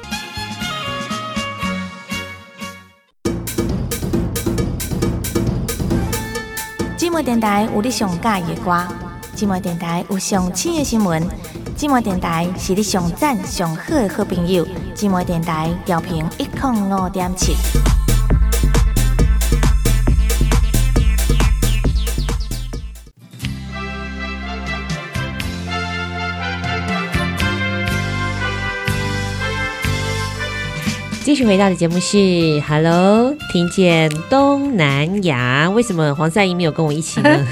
[SPEAKER 5] 寂寞电台有你上喜欢的歌，寂寞电台有上新的新闻，寂寞电台是你上赞上好的好朋友。寂寞电台调频一点五点七。
[SPEAKER 1] 继续回到的节目是 Hello，听见东南亚。为什么黄赛英没有跟我一起呢？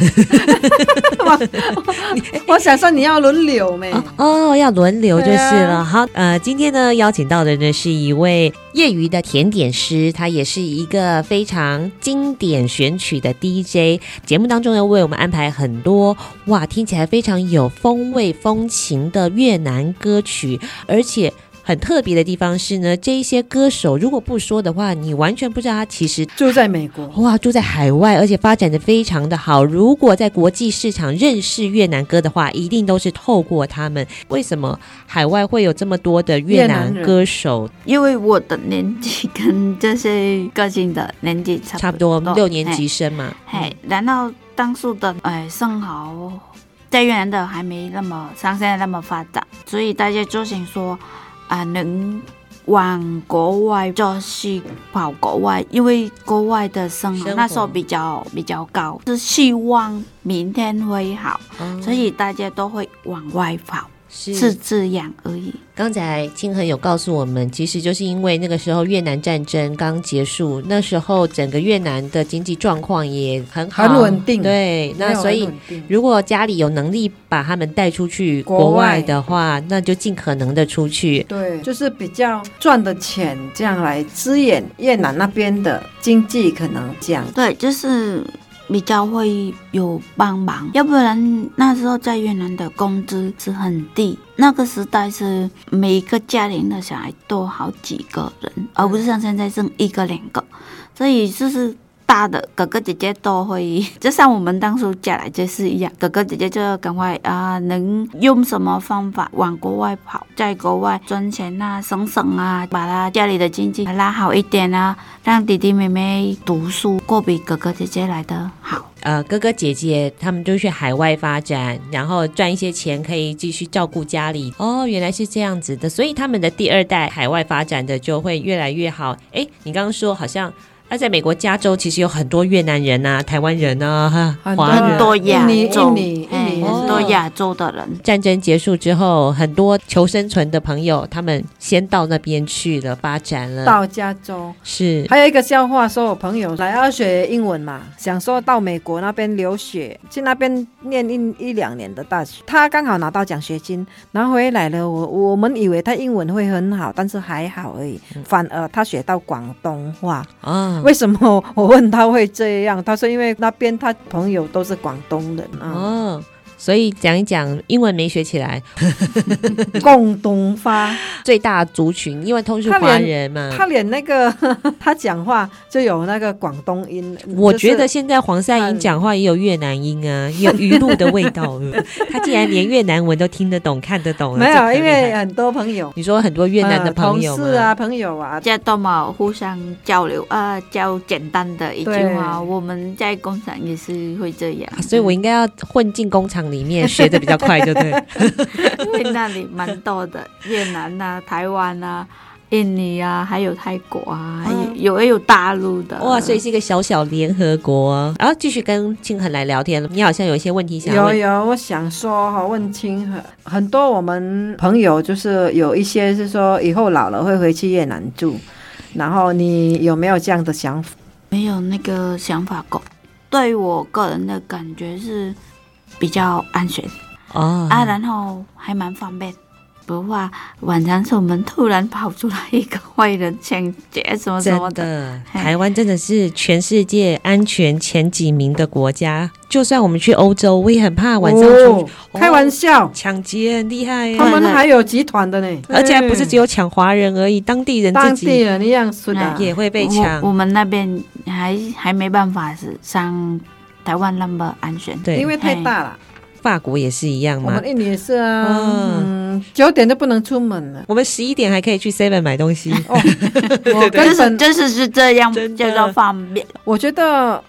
[SPEAKER 2] 我想说你要轮流没？
[SPEAKER 1] 哦，要轮流就是
[SPEAKER 2] 对
[SPEAKER 1] 了。
[SPEAKER 2] 啊
[SPEAKER 1] 好，呃，今天呢邀请到的呢是一位业余的甜点师，他也是一个非常经典选曲的 DJ。节目当中呢为我们安排很多哇，听起来非常有风味风情的越南歌曲，而且。很特别的地方是呢，这一些歌手如果不说的话，你完全不知道他其实
[SPEAKER 2] 住在美国，
[SPEAKER 1] 哇，住在海外，而且发展的非常的好。如果在国际市场认识越南歌的话，一定都是透过他们。为什么海外会有这么多的越
[SPEAKER 2] 越南
[SPEAKER 1] 南
[SPEAKER 2] 人
[SPEAKER 1] 歌手？
[SPEAKER 3] 因为我的年纪跟这些歌星的年纪差
[SPEAKER 1] 差不多六年级生嘛。嗯
[SPEAKER 3] 嘿，嘿，然后当初的哎生蚝在越南的还没那么像现在那么发达，所以大家就想说啊、能往国外就是跑国外，因为国外的生
[SPEAKER 1] 生
[SPEAKER 3] 蚝
[SPEAKER 1] 活
[SPEAKER 3] 那时候比较比较高，是希望明天会好，
[SPEAKER 1] 嗯
[SPEAKER 3] 所以大家都会往外跑，
[SPEAKER 1] 是
[SPEAKER 3] 是这样而已。
[SPEAKER 1] 刚才清恒有告诉我们，其实就是因为那个时候越南战争刚结束，那时候整个越南的经济状况也很好，
[SPEAKER 2] 很稳定
[SPEAKER 1] 对，那所以如果家里有能力把他们带出去
[SPEAKER 2] 国
[SPEAKER 1] 国外
[SPEAKER 2] 外
[SPEAKER 1] 的话，那就尽可能的出去。
[SPEAKER 2] 对，就是比较赚的钱，这样来支援越南那边的经济，可能这样。
[SPEAKER 3] 对，就是比较会有帮忙，要不然那时候在越南的工资是很低。那个时代是每个家庭的小孩都好几个人，而不是像现在剩一个两个，所以就是。大的哥哥姐姐都会， 就像我们当初嫁来就是一样，哥哥姐姐就要赶快啊、能用什么方法往国外跑，在国外赚钱啊、省省啊，把他家里的经济拉好一点啊，让弟弟妹妹读书过比哥哥姐姐来的好。
[SPEAKER 1] 呃哥哥姐姐他们就去海外发展，然后赚一些钱可以继续照顾家里。哦，原来是这样子的，所以他们的第二代海外发展的就会越来越好。诶，你刚刚说好像。那在美国加州，其实有很多越南人啊、台湾人啊、
[SPEAKER 2] 很多
[SPEAKER 1] 华
[SPEAKER 3] 很
[SPEAKER 1] 人。
[SPEAKER 3] 多亚
[SPEAKER 2] 印尼
[SPEAKER 3] 洲，
[SPEAKER 2] 印尼
[SPEAKER 3] 哎
[SPEAKER 2] 印尼
[SPEAKER 3] 很多亚洲的人，
[SPEAKER 1] 战争结束之后，很多求生存的朋友，他们先到那边去了，发展了。
[SPEAKER 2] 到加州，
[SPEAKER 1] 是，
[SPEAKER 2] 还有一个笑话，说我朋友来要学英文嘛，想说到美国那边留学，去那边念一一两年的大学。他刚好拿到奖学金，拿回来了。我我们以为他英文会很好，但是还好而已，
[SPEAKER 1] 嗯
[SPEAKER 2] 反而他学到广东话。
[SPEAKER 1] 啊，
[SPEAKER 2] 为什么我问他会这样？他说因为那边他朋友都是广东人啊，
[SPEAKER 1] 哦，所以讲一讲英文没学起来，
[SPEAKER 2] 共同发。
[SPEAKER 1] 最大族群，因为都是
[SPEAKER 2] 他
[SPEAKER 1] 华
[SPEAKER 2] 连
[SPEAKER 1] 人嘛。
[SPEAKER 2] 他连那个 他讲话就有那个广东音，
[SPEAKER 1] 我
[SPEAKER 2] 就是嗯
[SPEAKER 1] 觉得现在黄赛英
[SPEAKER 2] 很
[SPEAKER 1] 讲话也有越南音 啊，有鱼露的味道。他竟然连越南文都听得懂、看得懂了，啊
[SPEAKER 2] 没
[SPEAKER 1] 这可
[SPEAKER 2] 有，因为
[SPEAKER 1] 厉害
[SPEAKER 2] 很多朋友
[SPEAKER 1] 你说很多越南的
[SPEAKER 2] 呃
[SPEAKER 1] 朋友
[SPEAKER 2] 同
[SPEAKER 1] 嘛，
[SPEAKER 2] 事啊、朋友啊
[SPEAKER 3] 大，家都嘛互相交流啊，教简单的一句话。
[SPEAKER 2] 对
[SPEAKER 3] 我们在工厂也是会这
[SPEAKER 1] 啊
[SPEAKER 3] 样，
[SPEAKER 1] 所以我应该要混进工厂里面学的比较快，对 不对？
[SPEAKER 3] 因 为那里蛮多的，越南啊、台湾啊、印尼啊，还有泰国啊，有有也有大陆的。
[SPEAKER 1] 哇，所以是一个小小联合国啊。然后继续跟庆恒来聊天了，你好像有一些问题想
[SPEAKER 2] 有
[SPEAKER 1] 问。
[SPEAKER 2] 有，我想说哈，问清很很多我们朋友就是有一些是说以后老了会回去越南住，然后你有没有这样的想法？
[SPEAKER 3] 没有那个想法过。对我个人的感觉是比较安全
[SPEAKER 1] 哦
[SPEAKER 3] 啊啊，然后还蛮方便。的话，晚上是我们突然跑出来一个坏人抢劫什么什么
[SPEAKER 1] 真
[SPEAKER 3] 的，
[SPEAKER 1] 的，
[SPEAKER 3] 嘿
[SPEAKER 1] 台湾真的是全世界安全前几名的国家。就算我们去欧洲，我也很怕晚上出
[SPEAKER 2] 哦
[SPEAKER 1] 去。
[SPEAKER 2] 开玩笑，
[SPEAKER 1] 抢劫很厉害啊耶
[SPEAKER 2] 他，们还有集团的呢，
[SPEAKER 1] 而且还不是只有抢华人而已，当地人
[SPEAKER 2] 当
[SPEAKER 1] 自
[SPEAKER 2] 地
[SPEAKER 1] 己
[SPEAKER 2] 人哦一样是的
[SPEAKER 3] 哎。
[SPEAKER 1] 也会被
[SPEAKER 3] 我我
[SPEAKER 1] 抢。
[SPEAKER 3] 们那边还还没办法是上台湾那么安全。
[SPEAKER 1] 对，
[SPEAKER 2] 因
[SPEAKER 1] 因为
[SPEAKER 2] 为太大了，
[SPEAKER 1] 法国也是一样
[SPEAKER 2] 我
[SPEAKER 1] 嘛
[SPEAKER 2] 们。印尼也是啊，
[SPEAKER 1] 嗯
[SPEAKER 2] 嗯，九点都不能出门 了。
[SPEAKER 1] 我们十一点还可以去 Seven 买东 西，
[SPEAKER 2] 哦，我
[SPEAKER 3] 就
[SPEAKER 2] 根
[SPEAKER 3] 是
[SPEAKER 2] 本
[SPEAKER 3] 就是是这样，
[SPEAKER 1] 真的
[SPEAKER 3] 叫做方便。
[SPEAKER 2] 我觉得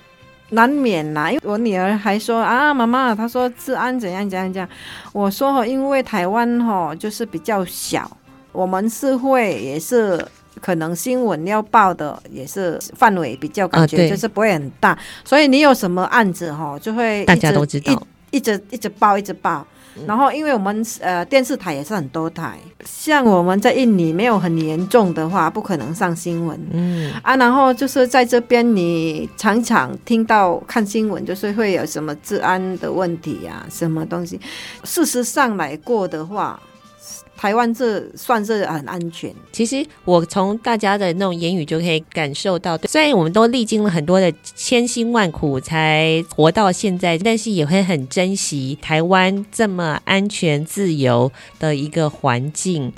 [SPEAKER 2] 难免啊啦，因为我女儿还说啊，妈妈，她说治安怎样怎样怎样。我说哦，因为台湾哈、就是比较小，我们是会也是。可能新闻要报的也是范围比较，感
[SPEAKER 1] 啊
[SPEAKER 2] 觉
[SPEAKER 1] 对
[SPEAKER 2] 就是不会很大，所以你有什么案子哈、就会一
[SPEAKER 1] 大家
[SPEAKER 2] 直
[SPEAKER 1] 都知道。
[SPEAKER 2] 一直一直报一直报。然后，因为我们呃电视台也是很多台，像我们在印尼没有很严重的话，不可能上新闻
[SPEAKER 1] 嗯，
[SPEAKER 2] 啊。然后就是在这边，你常常听到看新闻，就是会有什么治安的问题呀、什么东西。事实上来过的话，台湾这算是很安全。
[SPEAKER 1] 其实我从大家的那种言语就可以感受到，虽然我们都历经了很多的千辛万苦才活到现在，但是也会很珍惜台湾这么安全自由的一个环境。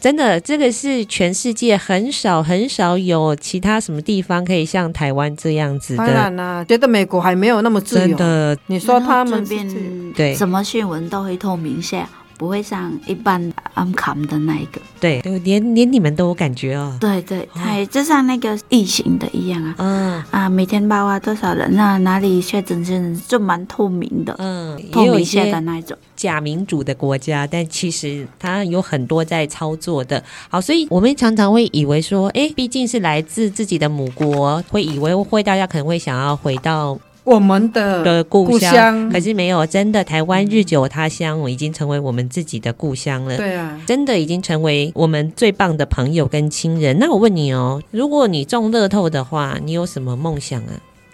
[SPEAKER 1] 真的，这个是全世界很少很少有其他什么地方可以像台湾这样子
[SPEAKER 2] 当
[SPEAKER 1] 的，
[SPEAKER 2] 然啦、觉得美国还没有那么自
[SPEAKER 1] 真
[SPEAKER 2] 由。
[SPEAKER 1] 的
[SPEAKER 2] 你说
[SPEAKER 3] 然后
[SPEAKER 2] 他们
[SPEAKER 3] 这
[SPEAKER 2] 是自由
[SPEAKER 3] 边
[SPEAKER 1] 对
[SPEAKER 3] 什么新闻都会透明些，不会像一般安康的那一个。
[SPEAKER 1] 对，对连连你们都有感觉啊、
[SPEAKER 3] 对对，它也就像那个疫情的一样啊。
[SPEAKER 1] 嗯
[SPEAKER 3] 啊，每天报啊多少人啊，哪里确诊些人就蛮透明的，
[SPEAKER 1] 嗯，也
[SPEAKER 3] 透
[SPEAKER 1] 有
[SPEAKER 3] 明
[SPEAKER 1] 一
[SPEAKER 3] 些
[SPEAKER 1] 些
[SPEAKER 3] 的那一种。
[SPEAKER 1] 假民主的国家，但其实它有很多在操作的。好，所以我们常常会以为说，诶，毕竟是来自自己的母国，会以为会大家可能会想要回到
[SPEAKER 2] 我们的
[SPEAKER 1] 的故
[SPEAKER 2] 呃故
[SPEAKER 1] 乡，
[SPEAKER 2] 乡
[SPEAKER 1] 可是没有，真的台湾日久他乡，我已经成为我们自己的故乡了。
[SPEAKER 2] 对啊，
[SPEAKER 1] 真的已经成为我们最棒的朋友跟亲人。那我问你哦，如果你中乐透的话，你有什么梦想啊？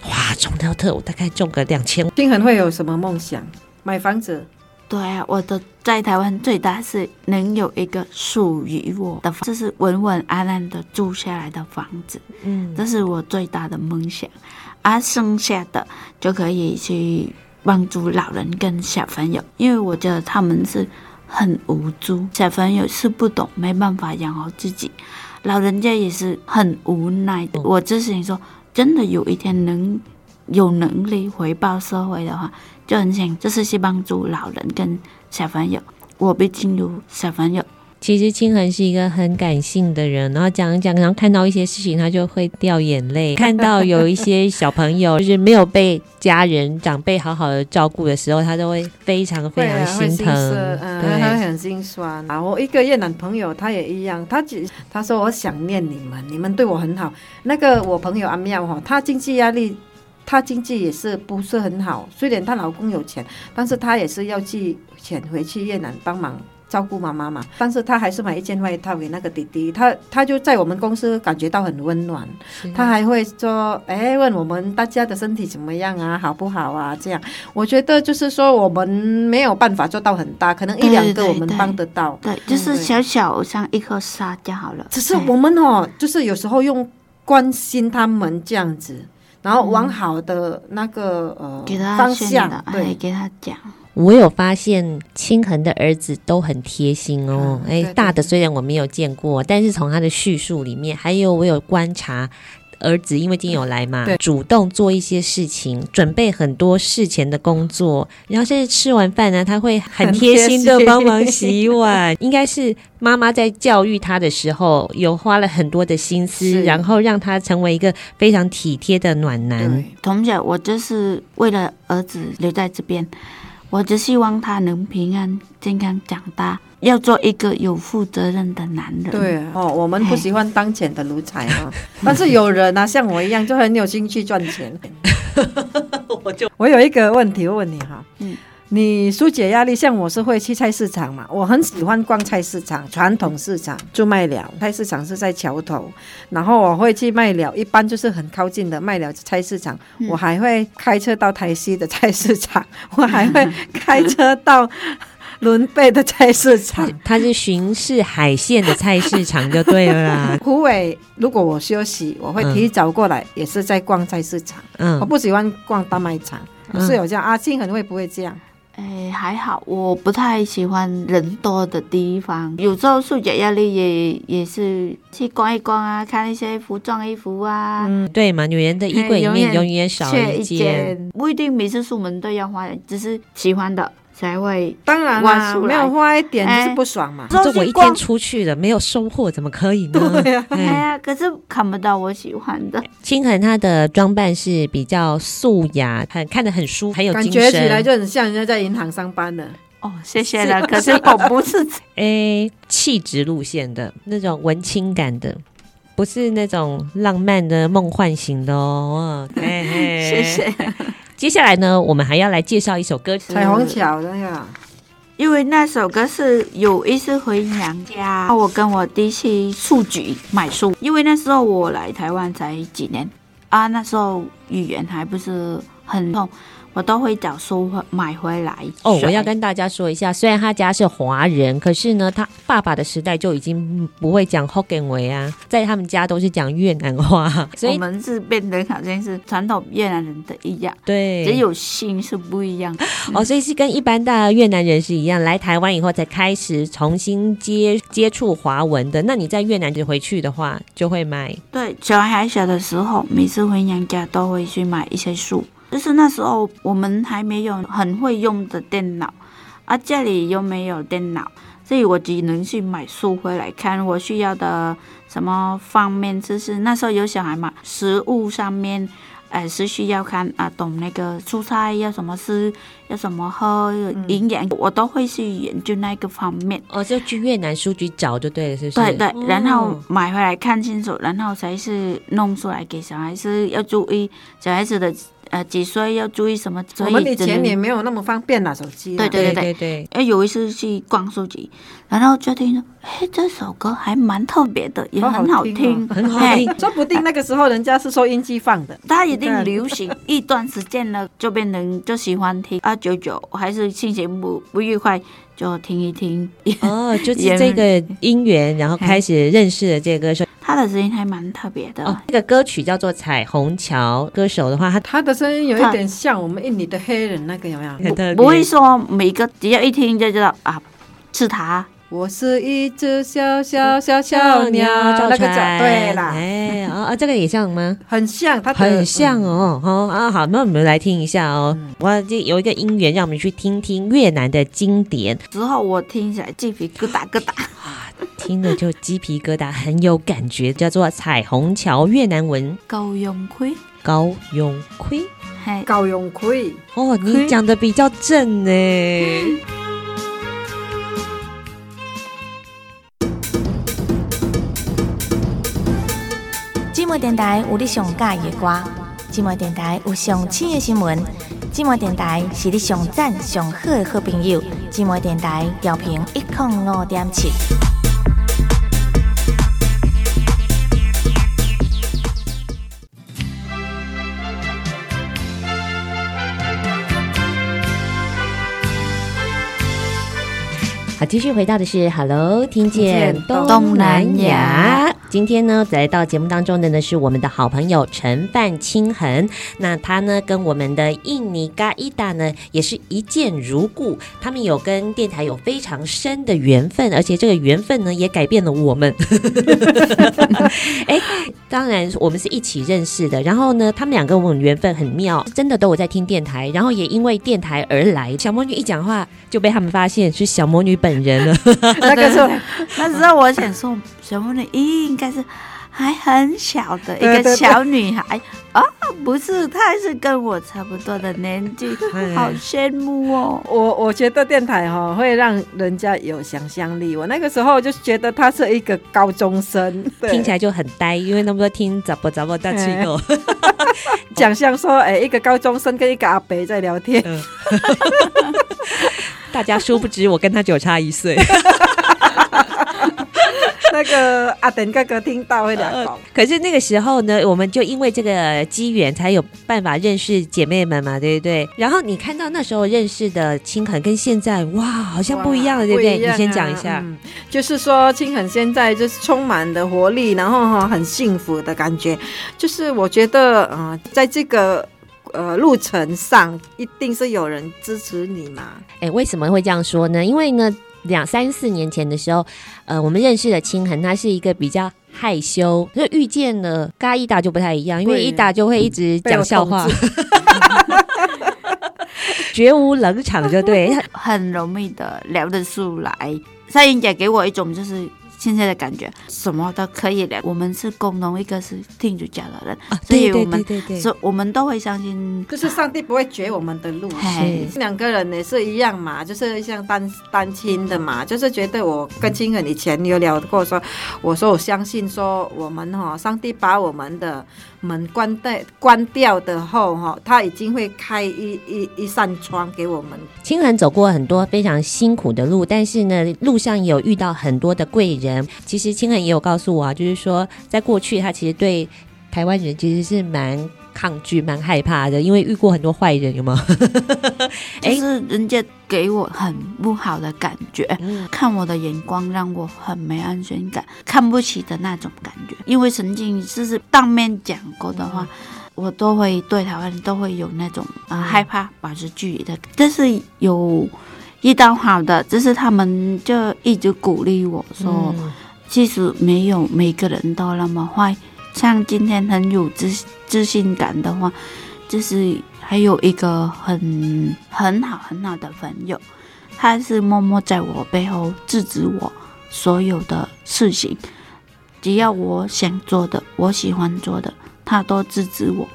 [SPEAKER 1] 哇，中乐透，我大概中个两千
[SPEAKER 2] 平衡会有什么梦想？买房子。
[SPEAKER 3] 对啊，我的在台湾最大是能有一个属于我的房，这是稳稳安安的住下来的房子，
[SPEAKER 1] 嗯，
[SPEAKER 3] 这是我最大的梦想。而、剩下的就可以去帮助老人跟小朋友，因为我觉得他们是很无助，小朋友是不懂，没办法养活自己，老人家也是很无奈的。我之前说，真的有一天能有能力回报社会的话，就很想就是去帮助老人跟小朋友。我毕竟有小朋友，
[SPEAKER 1] 其实清恒是一个很感性的人，然后讲一讲，然后看到一些事情，他就会掉眼泪。看到有一些小朋友就是没有被家人长辈好好的照顾的时候，他都会非常非
[SPEAKER 2] 会啊
[SPEAKER 1] 常
[SPEAKER 2] 会
[SPEAKER 1] 心
[SPEAKER 2] 心
[SPEAKER 1] 疼。
[SPEAKER 2] 酸，嗯，
[SPEAKER 1] 对，
[SPEAKER 2] 他很心酸。然后一个越南朋友他也一样，他只他说我想念你们，你们对我很好。那个我朋友阿妙哈，她经济压力，她经济也是不是很好，虽然她老公有钱，但是她也是要寄钱回去越南帮忙。照顾妈妈嘛，但是她还是买一件外套给那个弟弟，她她就在我们公司感觉到很温暖，她还会说，哎，问我们大家的身体怎么样啊，好不好啊？这样，我觉得就是说我们没有办法做到很大，可能一
[SPEAKER 3] 对
[SPEAKER 2] 两个
[SPEAKER 3] 对
[SPEAKER 2] 我们
[SPEAKER 3] 对
[SPEAKER 2] 帮得到，
[SPEAKER 3] 嗯对，就是
[SPEAKER 2] 对
[SPEAKER 3] 小小像一颗沙就好了。
[SPEAKER 2] 只是
[SPEAKER 3] 哎
[SPEAKER 2] 我们哦，就是有时候用关心他们这样子，然后往好的那个、
[SPEAKER 3] 嗯给
[SPEAKER 2] 呃
[SPEAKER 3] 他
[SPEAKER 2] 方
[SPEAKER 3] 炫的
[SPEAKER 2] 向，，
[SPEAKER 3] 哎，
[SPEAKER 2] 对，
[SPEAKER 3] 给他讲。
[SPEAKER 1] 我有发现清恒的儿子都很贴心哦。
[SPEAKER 2] 嗯
[SPEAKER 1] 哎、
[SPEAKER 2] 对对
[SPEAKER 1] 大的虽然我没有见过，但是从他的叙述里面，还有我有观察。儿子因为今天有来嘛
[SPEAKER 2] 对，
[SPEAKER 1] 主动做一些事情，准备很多事前的工作，然后甚至吃完饭呢，他会很
[SPEAKER 2] 很
[SPEAKER 1] 贴
[SPEAKER 2] 贴
[SPEAKER 1] 心的
[SPEAKER 2] 心
[SPEAKER 1] 帮忙洗 碗。应该是妈妈在教育他的时候，有花了很多的心思，
[SPEAKER 2] 是
[SPEAKER 1] 然后让他成为一个非常体贴的暖男。
[SPEAKER 2] 对
[SPEAKER 3] 同学，我就是为了儿子留在这边，我只希望他能平安健康长大，要做一个有负责任的男人。
[SPEAKER 2] 对啊哦，我们不喜欢当前的奴才啊， 但是有人啊，像我一样就很有兴趣赚钱。 我就 我有一个问题我问你哈，
[SPEAKER 3] 嗯
[SPEAKER 2] 你疏解压力，像我是会去菜市场嘛，我很喜欢逛菜市场，传统市场就卖了，菜市场是在桥头，然后我会去卖了，一般就是很靠近的卖了菜市场，我 还会开车到台西的菜市场，我还会 开车到。伦贝的菜市场。。
[SPEAKER 1] 它是巡视海鲜的菜市场就对了啦
[SPEAKER 2] 虎尾，如果我休息，我会提早过来，也是在逛菜市场。我
[SPEAKER 1] 嗯，
[SPEAKER 2] 哦不喜欢逛大卖场，
[SPEAKER 1] 嗯
[SPEAKER 2] 室友这样，阿庆可啊能会不会这样？
[SPEAKER 3] 诶，哎还好，我不太喜欢人多的地方。有时候数学压力也也是去逛一逛啊，看一些服装衣服啊，
[SPEAKER 2] 嗯
[SPEAKER 1] 对嘛，女人的衣柜里面永远少
[SPEAKER 3] 缺
[SPEAKER 1] 一
[SPEAKER 3] 一
[SPEAKER 1] 件。
[SPEAKER 3] 件，不一定每次出门都要花，只是喜欢的才会。
[SPEAKER 2] 当然啦，
[SPEAKER 3] 挖出
[SPEAKER 2] 没
[SPEAKER 3] 来
[SPEAKER 2] 有花一点
[SPEAKER 3] 哎
[SPEAKER 2] 就是不爽嘛。
[SPEAKER 1] 这我一天出去了，没有收获，怎么可以呢？
[SPEAKER 2] 对呀，啊
[SPEAKER 3] 哎
[SPEAKER 1] 哎，
[SPEAKER 3] 呀，可是看不到我喜欢的。
[SPEAKER 1] 清痕她的装扮是比较素雅，很看得很舒，很有
[SPEAKER 2] 感
[SPEAKER 1] 精
[SPEAKER 2] 觉起来
[SPEAKER 1] 神。
[SPEAKER 2] 就很像人家在银行上班的。
[SPEAKER 3] 哦，谢谢了。可是我 不是
[SPEAKER 1] 哎，气质路线的那种文青感的，不是那种浪漫的梦幻型的哦。哇嘿 嘿
[SPEAKER 3] 谢谢，
[SPEAKER 1] 哎接下来呢，我们还要来介绍一首歌曲。
[SPEAKER 2] 彩虹桥的呀，
[SPEAKER 3] 因为那首歌是有一次回娘家，我跟我弟去书局买书，因为那时候我来台湾才几年啊，那时候语言还不是很通，我都会找书买回来。
[SPEAKER 1] 哦，我要跟大家说一下，虽然他家是华人，可是呢，他爸爸的时代就已经不会讲 Hokkien 维啊，在他们家都是讲越南 话，所
[SPEAKER 3] 我
[SPEAKER 1] 以
[SPEAKER 3] 们是变得好像是传统越南人的一样，
[SPEAKER 1] 对，
[SPEAKER 3] 只有心是不一样的。
[SPEAKER 1] 哦，所以是跟一般的越南人是一样，来台湾以后才开始重新接接触华文的。那你在越南就回去的话，就会买
[SPEAKER 3] 对，小孩还小的时候，每次回娘家都会去买一些书。就是那时候我们还没有很会用的电脑，啊，家里又没有电脑，所以我只能去买书回来看我需要的什么方面。就是那时候有小孩嘛，食物上面，呃，是需要看啊，懂那个蔬菜要什么吃，要什么喝，营养，我都会去研究那个方面。
[SPEAKER 1] 哦，就去越南书局找就对了，是不是？
[SPEAKER 3] 对对，然后
[SPEAKER 1] 哦
[SPEAKER 3] 买回来看清楚，然后才是弄出来给小孩子要注意，小孩子的呃几岁要注意什么。所
[SPEAKER 2] 我们以
[SPEAKER 3] 只
[SPEAKER 2] 前
[SPEAKER 3] 能
[SPEAKER 2] 也没有那么方便啦，手机啦。
[SPEAKER 3] 对
[SPEAKER 1] 对
[SPEAKER 3] 对
[SPEAKER 1] 对对，
[SPEAKER 3] 哎，有一次去逛书籍，然后就听说，哎，这首歌还蛮特别的，也
[SPEAKER 2] 好好
[SPEAKER 3] 很好
[SPEAKER 2] 听
[SPEAKER 3] 听，啊
[SPEAKER 1] 很好
[SPEAKER 3] 嘿
[SPEAKER 1] 听。啊
[SPEAKER 2] 哎说不定那个时候人家是收音机放的。
[SPEAKER 3] 它已经流行一段时间了，就变成就喜欢听啊。久久还是心情不不愉快，就听一听。
[SPEAKER 1] 哦，就是
[SPEAKER 3] 也
[SPEAKER 1] 这个因缘，然后开始认识了这个歌手。
[SPEAKER 3] 他的声音还蛮特别的，
[SPEAKER 1] 哦，这个歌曲叫做《彩虹桥》，歌手的话，他
[SPEAKER 2] 他的声音有一点像我们印尼的黑人那个有没有？
[SPEAKER 1] 很特别，
[SPEAKER 3] 不会说每个只要一听就知道啊，是他。
[SPEAKER 2] 我是一只小小小小鸟，
[SPEAKER 1] 赵
[SPEAKER 2] 那个
[SPEAKER 1] 传
[SPEAKER 2] 叫对啦，
[SPEAKER 1] 哎，啊、啊，这个也像 吗？
[SPEAKER 2] 很像，他的
[SPEAKER 1] 很像。
[SPEAKER 2] 嗯
[SPEAKER 1] 哦，哦啊，好，那我们来听一下哦。我这有一个音源，让我们去听听越南的经典，
[SPEAKER 3] 之后我听起来鸡皮疙瘩疙瘩。
[SPEAKER 1] 听了就鸡皮疙瘩，很有感觉，叫做《彩虹桥》越南文
[SPEAKER 3] 够用亏，
[SPEAKER 1] 高永亏。
[SPEAKER 3] 嘿，
[SPEAKER 2] 高永 奎，
[SPEAKER 1] 哦，你讲的比较正 呢。
[SPEAKER 5] 寂寞电台有你上喜欢的歌，寂寞电台有上新的新闻，寂寞电台是你上赞上好的好朋友。寂寞电台调频一点五点七。
[SPEAKER 1] 好，继续回到的是 Hello，听见
[SPEAKER 2] 听见
[SPEAKER 1] 东
[SPEAKER 3] 东
[SPEAKER 1] 南
[SPEAKER 3] 南
[SPEAKER 1] 亚
[SPEAKER 3] 亚。
[SPEAKER 1] 今天呢，来到节目当中的呢是我们的好朋友陈范清恒，那他呢跟我们的印尼嘎伊达呢也是一见如故，他们有跟电台有非常深的缘分，而且这个缘分呢也改变了我们。 哎，当然我们是一起认识的，然后呢，他们两个我们缘分很妙，真的都有在听电台，然后也因为电台而来。小魔女一讲话就被他们发现是小魔女本人了。
[SPEAKER 2] 那个时候
[SPEAKER 3] 那时候我想说，小魔女应该是还很小的一
[SPEAKER 2] 对对对
[SPEAKER 3] 个小女孩啊，不是，她是跟我差不多的年纪，好羡慕哦。
[SPEAKER 2] 我我觉得电台哈、会让人家有想象力。我那个时候就觉得他是一个高中生，对
[SPEAKER 1] 听起来就很呆，因为那么多听咋不咋不大气狗，
[SPEAKER 2] 想象说，哎，一个高中生跟一个阿伯在聊 天，
[SPEAKER 1] 嗯大家殊不知我跟他只有差一岁。
[SPEAKER 2] 那个阿等哥哥听到会来
[SPEAKER 1] 呃
[SPEAKER 2] 讲。
[SPEAKER 1] 可是那个时候呢，我们就因为这个机缘才有办法认识姐妹们嘛，对不对？然后你看到那时候认识的亲恒跟现在，哇，好 像不一样了，对不对？
[SPEAKER 2] 一样啊
[SPEAKER 1] 你先讲一下。
[SPEAKER 2] 嗯就是说，青恒现在就是充满的活力，然后哈很幸福的感觉。就是我觉得，呃，在这个呃路程上，一定是有人支持你嘛。
[SPEAKER 1] 哎，为什么会这样说呢？因为呢，两三四年前的时候，呃，我们认识的清恒，他是一个比较害羞，就遇见了嘎伊达就不太一样，因为
[SPEAKER 2] 对嗯
[SPEAKER 1] 伊达就会一直
[SPEAKER 2] 被我
[SPEAKER 1] 讲笑
[SPEAKER 2] 控
[SPEAKER 1] 话， 绝无冷场，就 对。
[SPEAKER 3] 很容易的聊得出来。赛英姐给我一种就是现在的感觉，什么都可以聊。我们是共同一个是天主教的人，所以我们
[SPEAKER 1] 啊对对
[SPEAKER 3] 所以我们都会相信
[SPEAKER 2] 就是上帝不会绝我们的路。
[SPEAKER 3] 嘿
[SPEAKER 2] 两个人也是一样嘛，就是像单单亲的嘛，就是觉得我跟亲人以前有聊过说，我说我相信说我们哈、上帝把我们的门关带关掉的后哈、他已经会开一一一扇窗给我们。
[SPEAKER 1] 清恒走过很多非常辛苦的路，但是呢，路上有遇到很多的贵人。其实清恒也有告诉我啊，就是说，在过去他其实对台湾人其实是蛮抗拒、蛮害怕的，因为遇过很多坏人，有吗？哎
[SPEAKER 3] 就是人家给我很不好的感觉，
[SPEAKER 1] 嗯
[SPEAKER 3] 看我的眼光让我很没安全感，看不起的那种感觉。因为曾经就是当面讲过的话，我都会对台湾人都会有那种啊、呃害怕、保持距离的。但是有遇到好的，就是他们就一直鼓励我
[SPEAKER 1] 嗯
[SPEAKER 3] 说，其实没有每个人都那么坏。像今天很有自自信感的话，就是还有一个很很好很好的朋友，他是默默在我背后制止我所有的事情，只要我想做的、我喜欢做的，他都制止我，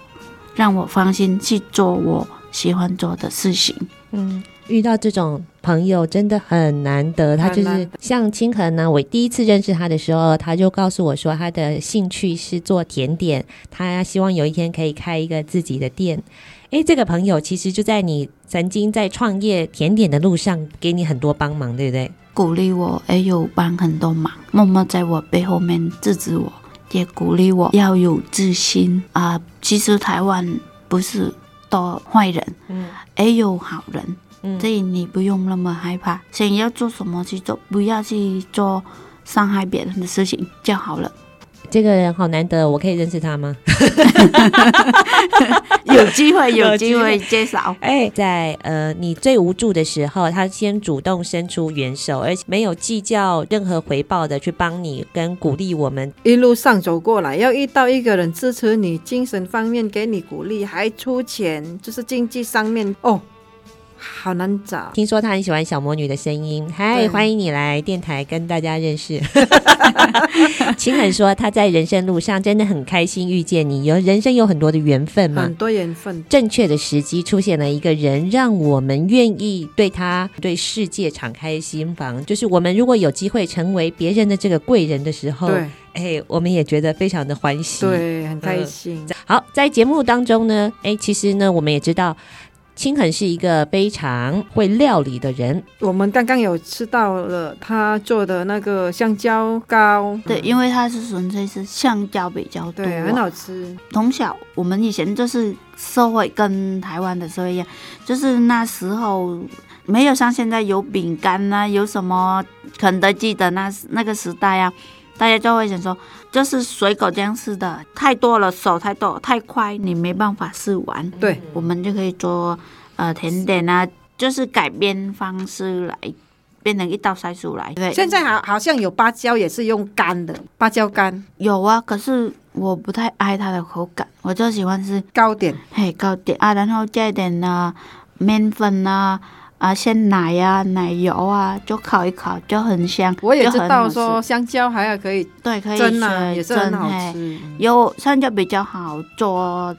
[SPEAKER 3] 让我放心去做我喜欢做的事情。
[SPEAKER 1] 嗯，遇到这种朋友真的很难得。他就
[SPEAKER 2] 很难
[SPEAKER 1] 是像清恒呢，我第一次认识他的时候，他就告诉我说，他的兴趣是做甜点，他希望有一天可以开一个自己的店。诶，这个朋友其实就在你曾经在创业甜点的路上，给你很多帮忙，对不对？
[SPEAKER 3] 鼓励我，也有帮很多忙，默默在我背后面制止我，也鼓励我要有自信啊、其实台湾不是多坏人，
[SPEAKER 1] 嗯，
[SPEAKER 3] 也有好人，
[SPEAKER 1] 嗯
[SPEAKER 3] 所以你不用那么害怕，想要做什么去做，不要去做伤害别人的事情就好了。
[SPEAKER 1] 这个人好难得，我可以认识他吗？
[SPEAKER 3] 有机会，有
[SPEAKER 1] 有
[SPEAKER 3] 机
[SPEAKER 1] 机会
[SPEAKER 3] 会介绍。
[SPEAKER 1] 哎，在呃你最无助的时候，他先主动伸出援手，而且没有计较任何回报的去帮你跟鼓励我们
[SPEAKER 2] 一路上走过来，要遇到一个人支持你，精神方面给你鼓励，还出钱，就是经济上面哦，好难找。
[SPEAKER 1] 听说他很喜欢小魔女的声音，嗨，
[SPEAKER 2] 对
[SPEAKER 1] 欢迎你来电台跟大家认识。青恒说他在人生路上真的很开心遇见你，有人生有很多的缘分嘛
[SPEAKER 2] 很。多缘分，
[SPEAKER 1] 正确的时机出现了一个人，让我们愿意对他、对世界敞开心房。就是我们如果有机会成为别人的这个贵人的时候，
[SPEAKER 2] 对
[SPEAKER 1] 哎，我们也觉得非常的欢喜。
[SPEAKER 2] 对，很开
[SPEAKER 1] 嗯
[SPEAKER 2] 心。
[SPEAKER 1] 好，在节目当中呢，哎，其实呢，我们也知道，青恒是一个非常会料理的人，
[SPEAKER 2] 呃我们刚刚有吃到了他做的那个香蕉糕，
[SPEAKER 3] 对，
[SPEAKER 1] 嗯
[SPEAKER 3] 因为它是纯粹是橡胶比较多。
[SPEAKER 2] 对，很好吃。
[SPEAKER 3] 从小我们以前就是社会跟台湾的社会一样，就是那时候没有像现在有饼干呐、有什么肯德基的那那个时代啊，大家就会想说，就是水果这样吃的太多了，手太多太快，你没办法试完。
[SPEAKER 2] 对，
[SPEAKER 3] 我们就可以做呃甜点啊，就是改变方式来变成一道菜出来。对，
[SPEAKER 2] 现在好好像有芭蕉也是用干的，芭蕉干
[SPEAKER 3] 有啊，可是我不太爱它的口感，我就喜欢是。
[SPEAKER 2] 糕点，
[SPEAKER 3] 嘿，糕点啊，然后加一点啊面粉啊啊鲜奶啊奶油啊，就烤一烤就很香。
[SPEAKER 2] 我也知
[SPEAKER 3] 就很
[SPEAKER 2] 道
[SPEAKER 3] 好吃
[SPEAKER 2] 说香蕉还要可以
[SPEAKER 3] 对，可以
[SPEAKER 2] 蒸啊，
[SPEAKER 3] 水
[SPEAKER 2] 也是很
[SPEAKER 3] 蒸哎
[SPEAKER 2] 好
[SPEAKER 3] 嘿
[SPEAKER 2] 吃
[SPEAKER 3] 有像就比较好做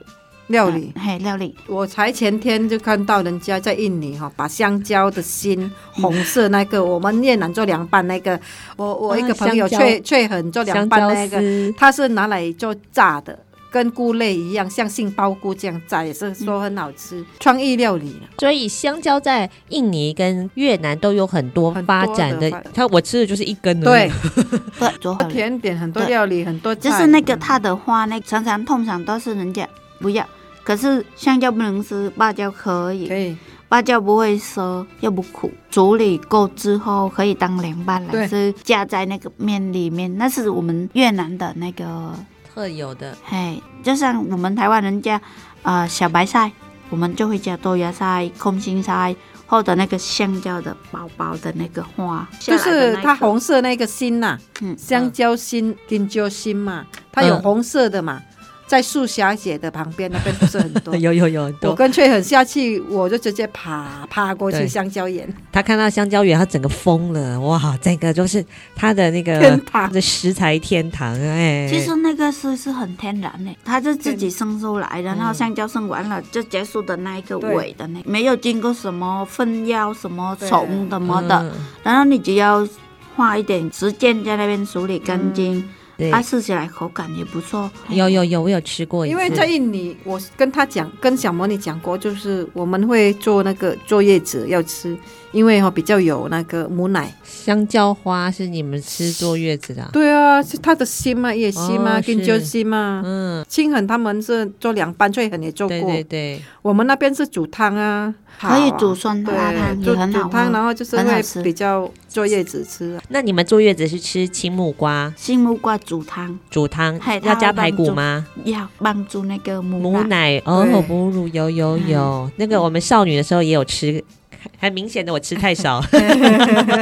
[SPEAKER 2] 料理。
[SPEAKER 3] 呃嘿，料理
[SPEAKER 2] 我才前天就看到人家在印尼哈、把香蕉的心红色那个，我们越南做凉拌那个，我我一个朋友
[SPEAKER 1] 香蕉
[SPEAKER 2] 翠翠恒做凉
[SPEAKER 1] 香
[SPEAKER 2] 拌
[SPEAKER 1] 蕉
[SPEAKER 2] 那个，
[SPEAKER 1] 丝。
[SPEAKER 2] 它是拿来做炸的，跟菇类一样，像杏鲍菇这样炸，也是说很好吃，创意料理啊了。
[SPEAKER 1] 所以香蕉在印尼跟越南都有很多
[SPEAKER 2] 很多
[SPEAKER 1] 发展的
[SPEAKER 2] 的发展，
[SPEAKER 1] 它我吃的就是一根而已
[SPEAKER 2] 对，哦
[SPEAKER 3] 对，做 好了。
[SPEAKER 2] 甜点很多
[SPEAKER 3] 对
[SPEAKER 2] 料理，很多菜
[SPEAKER 3] 就是那个它的话，那常常通常都是人家不要，可是香蕉不能吃，芭蕉可以，
[SPEAKER 2] 可以
[SPEAKER 3] 芭蕉不会涩又不苦，处理够之后可以当凉拌来
[SPEAKER 2] 对
[SPEAKER 3] 吃，加在那个面里面，那是我们越南的那个，
[SPEAKER 1] 特有的。
[SPEAKER 3] 嘿，就像我们台湾人家呃小白菜，我们就会加豆芽菜、空心菜。或者那个香蕉的薄薄的那个花，
[SPEAKER 2] 就
[SPEAKER 3] 下来的
[SPEAKER 2] 是
[SPEAKER 3] 那
[SPEAKER 2] 它
[SPEAKER 3] 个
[SPEAKER 2] 红色那个心呐、
[SPEAKER 3] 嗯
[SPEAKER 2] 香蕉心、金蕉心嘛，它有
[SPEAKER 1] 嗯
[SPEAKER 2] 红色的嘛，在树霞姐的旁边那边不是很 多。
[SPEAKER 1] 有有有很
[SPEAKER 2] 我
[SPEAKER 1] 多，
[SPEAKER 2] 跟翠恒下去，我就直接爬爬过去
[SPEAKER 1] 对
[SPEAKER 2] 香蕉园，
[SPEAKER 1] 他看到香蕉园，他整个疯了，哇！整个就是他的那个
[SPEAKER 2] 天堂
[SPEAKER 1] 的食材天堂，哎，
[SPEAKER 3] 其实那个是是很天然的，它是自己生出来的，然后香蕉生完了就结束的那一个
[SPEAKER 2] 对
[SPEAKER 3] 尾的那，没有经过什么粪药、什么
[SPEAKER 2] 对
[SPEAKER 3] 虫什么的，
[SPEAKER 1] 嗯，
[SPEAKER 3] 然后你只要花一点时间在那边处理干净，
[SPEAKER 1] 对，
[SPEAKER 3] 它吃起来口感也不错。
[SPEAKER 1] 嗯有有有，我有吃过一次，
[SPEAKER 2] 因为在印尼，我跟他讲，跟小魔女讲过，就是我们会做那个坐月子要吃，因为哈、比较有那个母奶。
[SPEAKER 1] 香蕉花是你们吃坐月子的啊、
[SPEAKER 2] 对啊，是它的心嘛，也心嘛，
[SPEAKER 1] 哦
[SPEAKER 2] 跟
[SPEAKER 1] 是
[SPEAKER 2] 就心嘛。
[SPEAKER 1] 嗯，
[SPEAKER 2] 清恒他们是做凉拌，翠恒也做过。
[SPEAKER 1] 对对对，
[SPEAKER 2] 我们那边是煮汤啊，
[SPEAKER 3] 可以
[SPEAKER 2] 好啊
[SPEAKER 3] 煮酸辣汤
[SPEAKER 2] 对，
[SPEAKER 3] 也
[SPEAKER 2] 就
[SPEAKER 3] 很好
[SPEAKER 2] 煮汤，
[SPEAKER 3] 喝
[SPEAKER 2] 然。后就是
[SPEAKER 3] 很好
[SPEAKER 2] 会
[SPEAKER 3] 吃
[SPEAKER 2] 比较坐月子吃啊。
[SPEAKER 1] 那你们坐月子是吃青木瓜
[SPEAKER 3] 杏木瓜煮汤
[SPEAKER 1] 煮汤
[SPEAKER 3] 嗨，
[SPEAKER 1] 要加
[SPEAKER 3] 它
[SPEAKER 1] 排
[SPEAKER 3] 会帮
[SPEAKER 1] 骨
[SPEAKER 3] 助
[SPEAKER 1] 吗？
[SPEAKER 3] 要帮助那个母
[SPEAKER 1] 母
[SPEAKER 3] 奶，
[SPEAKER 1] 奶哦
[SPEAKER 2] 对，
[SPEAKER 1] 母乳有有有，那个我们少女的时候也有吃。 很明显的，我吃太少。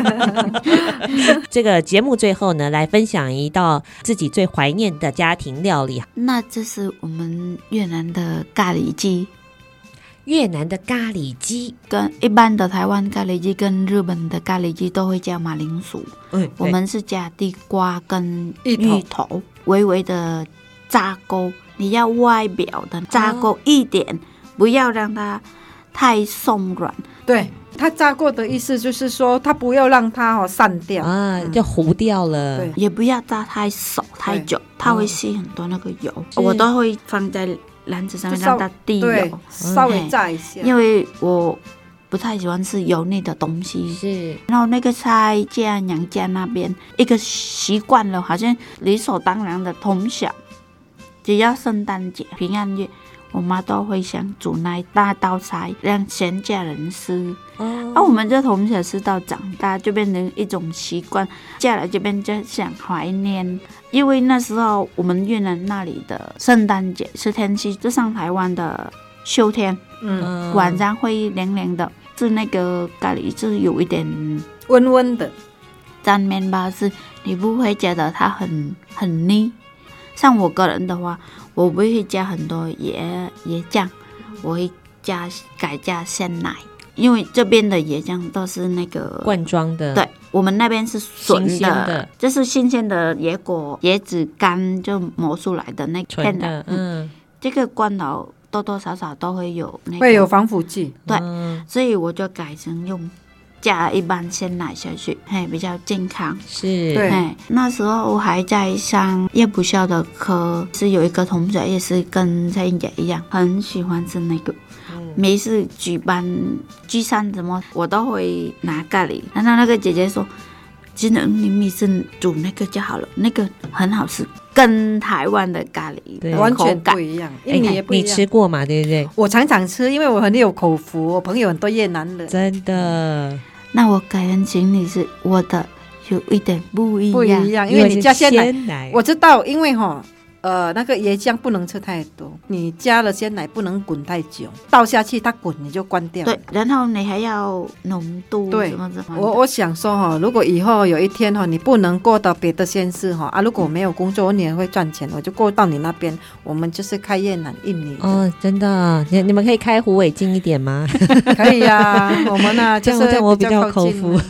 [SPEAKER 1] 这个节目最后呢，来分享一道自己最怀念的家庭料理
[SPEAKER 3] 那这是我们越南的咖喱鸡，
[SPEAKER 1] ——越南的咖喱鸡。
[SPEAKER 3] 跟一般的台湾咖喱鸡跟日本的咖喱鸡都会加马铃薯。
[SPEAKER 1] 嗯，
[SPEAKER 3] 我们是加地瓜跟
[SPEAKER 2] 芋头
[SPEAKER 3] 芋头，微微的扎沟，你要外表的扎沟一点，不要让它太松软。
[SPEAKER 2] 对，它炸过的意思就是说，它不要让它哦散
[SPEAKER 1] 对
[SPEAKER 2] 掉。
[SPEAKER 1] 啊，就糊掉了。
[SPEAKER 2] 对
[SPEAKER 3] 也不要炸太熟太久，它会吸很多那个油。
[SPEAKER 1] 是
[SPEAKER 3] 我都会放在篮子上面
[SPEAKER 2] 就稍
[SPEAKER 3] 让它滴
[SPEAKER 2] 对
[SPEAKER 3] 油，，
[SPEAKER 2] 稍微
[SPEAKER 3] 嗯
[SPEAKER 2] 炸一下。
[SPEAKER 3] 因为我不太喜欢吃油腻的东西。
[SPEAKER 1] 是
[SPEAKER 3] 然后那个在家娘家那边一个习惯了，好像理所当然的从小，只要圣诞节、平安夜，我妈都会想煮那一大道菜让全家人吃。
[SPEAKER 1] 哦
[SPEAKER 3] 而、啊、我们这从小吃到长大，就变成一种习惯，嫁来这边就想怀念。因为那时候我们越南那里的圣诞节是天气，就像台湾的秋天，
[SPEAKER 2] 嗯，
[SPEAKER 1] 嗯
[SPEAKER 3] 晚上会凉凉的，是那个咖喱就是有一点
[SPEAKER 2] 温温的，
[SPEAKER 3] 沾面包是你不会觉得它很很腻。像我个人的话，我不会加很多椰椰酱，我会加改加鲜奶，因为这边的椰酱都是那个
[SPEAKER 1] 罐装的，
[SPEAKER 3] 对，我们那边是纯
[SPEAKER 1] 新鲜的
[SPEAKER 3] 这是新鲜的野果、椰子干就磨出来的那片
[SPEAKER 1] 纯的，嗯，
[SPEAKER 3] 这个罐头多多少少都会有那个
[SPEAKER 2] 会有防腐剂。
[SPEAKER 3] 对
[SPEAKER 1] 嗯
[SPEAKER 3] 所以我就改成用加一般鲜奶下去，嘿，比较健康。
[SPEAKER 1] 是，
[SPEAKER 2] 对
[SPEAKER 3] 哎，那时候我还在上夜不校的课，是有一个同学也是跟蔡英姐一样，很喜欢吃那个。
[SPEAKER 2] 嗯
[SPEAKER 3] 每次举办聚餐什么，我都会拿咖喱。然后那个姐姐说：“只能你米是煮那个就好了，那个很好吃，跟台湾的咖喱
[SPEAKER 1] 对
[SPEAKER 3] 的
[SPEAKER 2] 完
[SPEAKER 3] 口
[SPEAKER 2] 全
[SPEAKER 3] 感
[SPEAKER 2] 不一样，
[SPEAKER 1] 哎
[SPEAKER 2] 印尼也不一
[SPEAKER 1] 你
[SPEAKER 2] 样。
[SPEAKER 1] 吃过嘛？对不对？
[SPEAKER 2] 我常常吃，因为我很有口福，我朋友很多越南人。
[SPEAKER 1] 真的，
[SPEAKER 3] 那我改成请你是我的有一点不一样，
[SPEAKER 2] 不一样，啊因为你
[SPEAKER 1] 是
[SPEAKER 2] 加鲜奶，
[SPEAKER 1] 鲜奶，
[SPEAKER 2] 我知道，因为哈，呃，那个椰浆不能吃太多，你加了鲜奶不能滚太久，倒下去它滚你就关掉。
[SPEAKER 3] 对，然后你还要浓度
[SPEAKER 2] 对
[SPEAKER 3] 什么什么的。
[SPEAKER 2] 我我想说哈，如果以后有一天哈，你不能过到别的县市哈啊，如果我没有工作，我也会赚钱，我就过到你那边，我们就是开越南印尼的，
[SPEAKER 1] 哦，真的，你你们可以开虎尾近一点 吗？
[SPEAKER 2] 可以 呀、我们呢、
[SPEAKER 1] 这
[SPEAKER 2] 就
[SPEAKER 1] 样
[SPEAKER 2] 是
[SPEAKER 1] 这样我比较
[SPEAKER 2] 较
[SPEAKER 1] 口
[SPEAKER 2] 靠近嘛，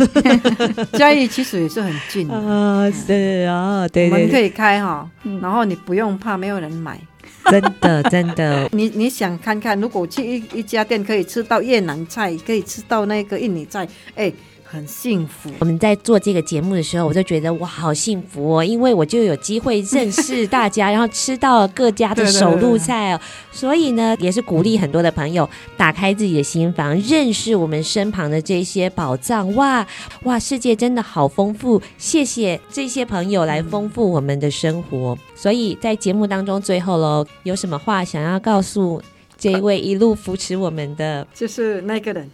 [SPEAKER 2] 嘉义其实也是很近的，
[SPEAKER 1] 啊，是啊，
[SPEAKER 2] 我
[SPEAKER 1] 对
[SPEAKER 2] 们
[SPEAKER 1] 对
[SPEAKER 2] 可
[SPEAKER 1] 对，
[SPEAKER 2] 以开哈，然后你不用怕没有人买。
[SPEAKER 1] 真的真的，
[SPEAKER 2] 你你想看看，如果去一一家店可以吃到越南菜，可以吃到那个印尼菜，哎，很幸福。
[SPEAKER 1] 我们在做这个节目的时候，我就觉得哇，好幸福哦，因为我就有机会认识大家，然后吃到各家的手路菜哦。 所以呢，也是鼓励很多的朋友打开自己的心房，认识我们身旁的这些宝藏。哇哇，世界真的好丰富！谢谢这些朋友来丰富我们的生活。所以在节目当中最后喽，有什么话想要告诉这一位一路扶持我们的
[SPEAKER 2] 就是那个 人，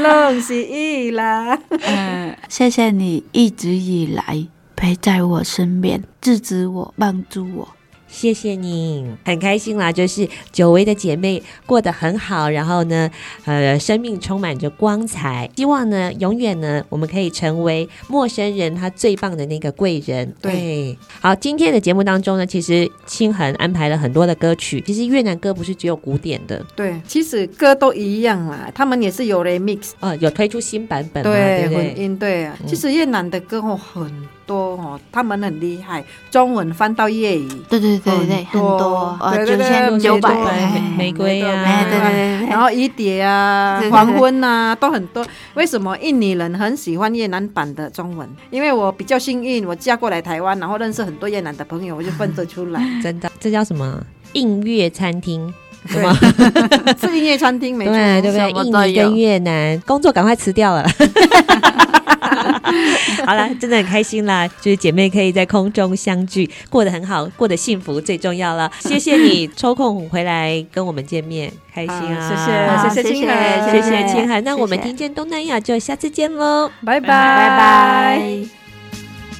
[SPEAKER 2] 弄是伊啦。
[SPEAKER 3] 呃，谢谢你一直以来陪在我身边，支持我，帮助我。
[SPEAKER 1] 谢谢你，很开心啦，就是久违的姐妹过得很好，然后呢，呃，生命充满着光彩。希望呢，永远呢，我们可以成为陌生人他最棒的那个贵人。哎
[SPEAKER 2] 对
[SPEAKER 1] 好，今天的节目当中呢，其实清恒安排了很多的歌曲，其实越南歌不是只有古典的，
[SPEAKER 2] 对，其实歌都一样啦，他们也是有 remix，
[SPEAKER 1] 呃，有推出新版本嘛，对
[SPEAKER 2] 对
[SPEAKER 1] 不
[SPEAKER 2] 混
[SPEAKER 1] 对？
[SPEAKER 2] 音，对啊。其实越南的歌哦很多哦，他们很厉害，中文翻到粤语。
[SPEAKER 3] 对对对对，
[SPEAKER 2] 很
[SPEAKER 3] 很
[SPEAKER 2] 多
[SPEAKER 3] 多呃，
[SPEAKER 2] 对对
[SPEAKER 3] 九
[SPEAKER 2] 对
[SPEAKER 3] 千九百，
[SPEAKER 2] 对
[SPEAKER 1] 玫
[SPEAKER 3] 哎
[SPEAKER 1] 玫瑰呀、
[SPEAKER 3] 哎，对对对对，
[SPEAKER 2] 然后雨蝶啊
[SPEAKER 3] 对、对对
[SPEAKER 2] 黄昏啊，都很多。为什么印尼人很喜欢越南版的中文？因为我比较幸运，我嫁过来台湾，然后认识很多越南的朋友，我就分得出来。
[SPEAKER 1] 真的，这叫什么？音乐餐厅。
[SPEAKER 2] 对
[SPEAKER 1] 吗，
[SPEAKER 2] 是音乐餐厅没错。
[SPEAKER 1] 对对不
[SPEAKER 3] 什
[SPEAKER 1] 对？
[SPEAKER 3] 么都
[SPEAKER 1] 印尼跟
[SPEAKER 3] 有
[SPEAKER 1] 越南工作赶快辞掉了。 好啦，真的很开心啦，就是姐妹可以在空中相聚，过得很好，过得幸福最重要了。谢谢你抽空回来跟我们见面，开心啊！
[SPEAKER 2] 好
[SPEAKER 3] 好
[SPEAKER 2] 谢谢
[SPEAKER 3] 谢
[SPEAKER 2] 清河
[SPEAKER 1] 谢谢青海，那我们
[SPEAKER 3] 谢谢
[SPEAKER 1] 听见东南亚就下次见喽。
[SPEAKER 2] 拜拜，
[SPEAKER 3] 拜
[SPEAKER 2] 拜
[SPEAKER 3] 拜。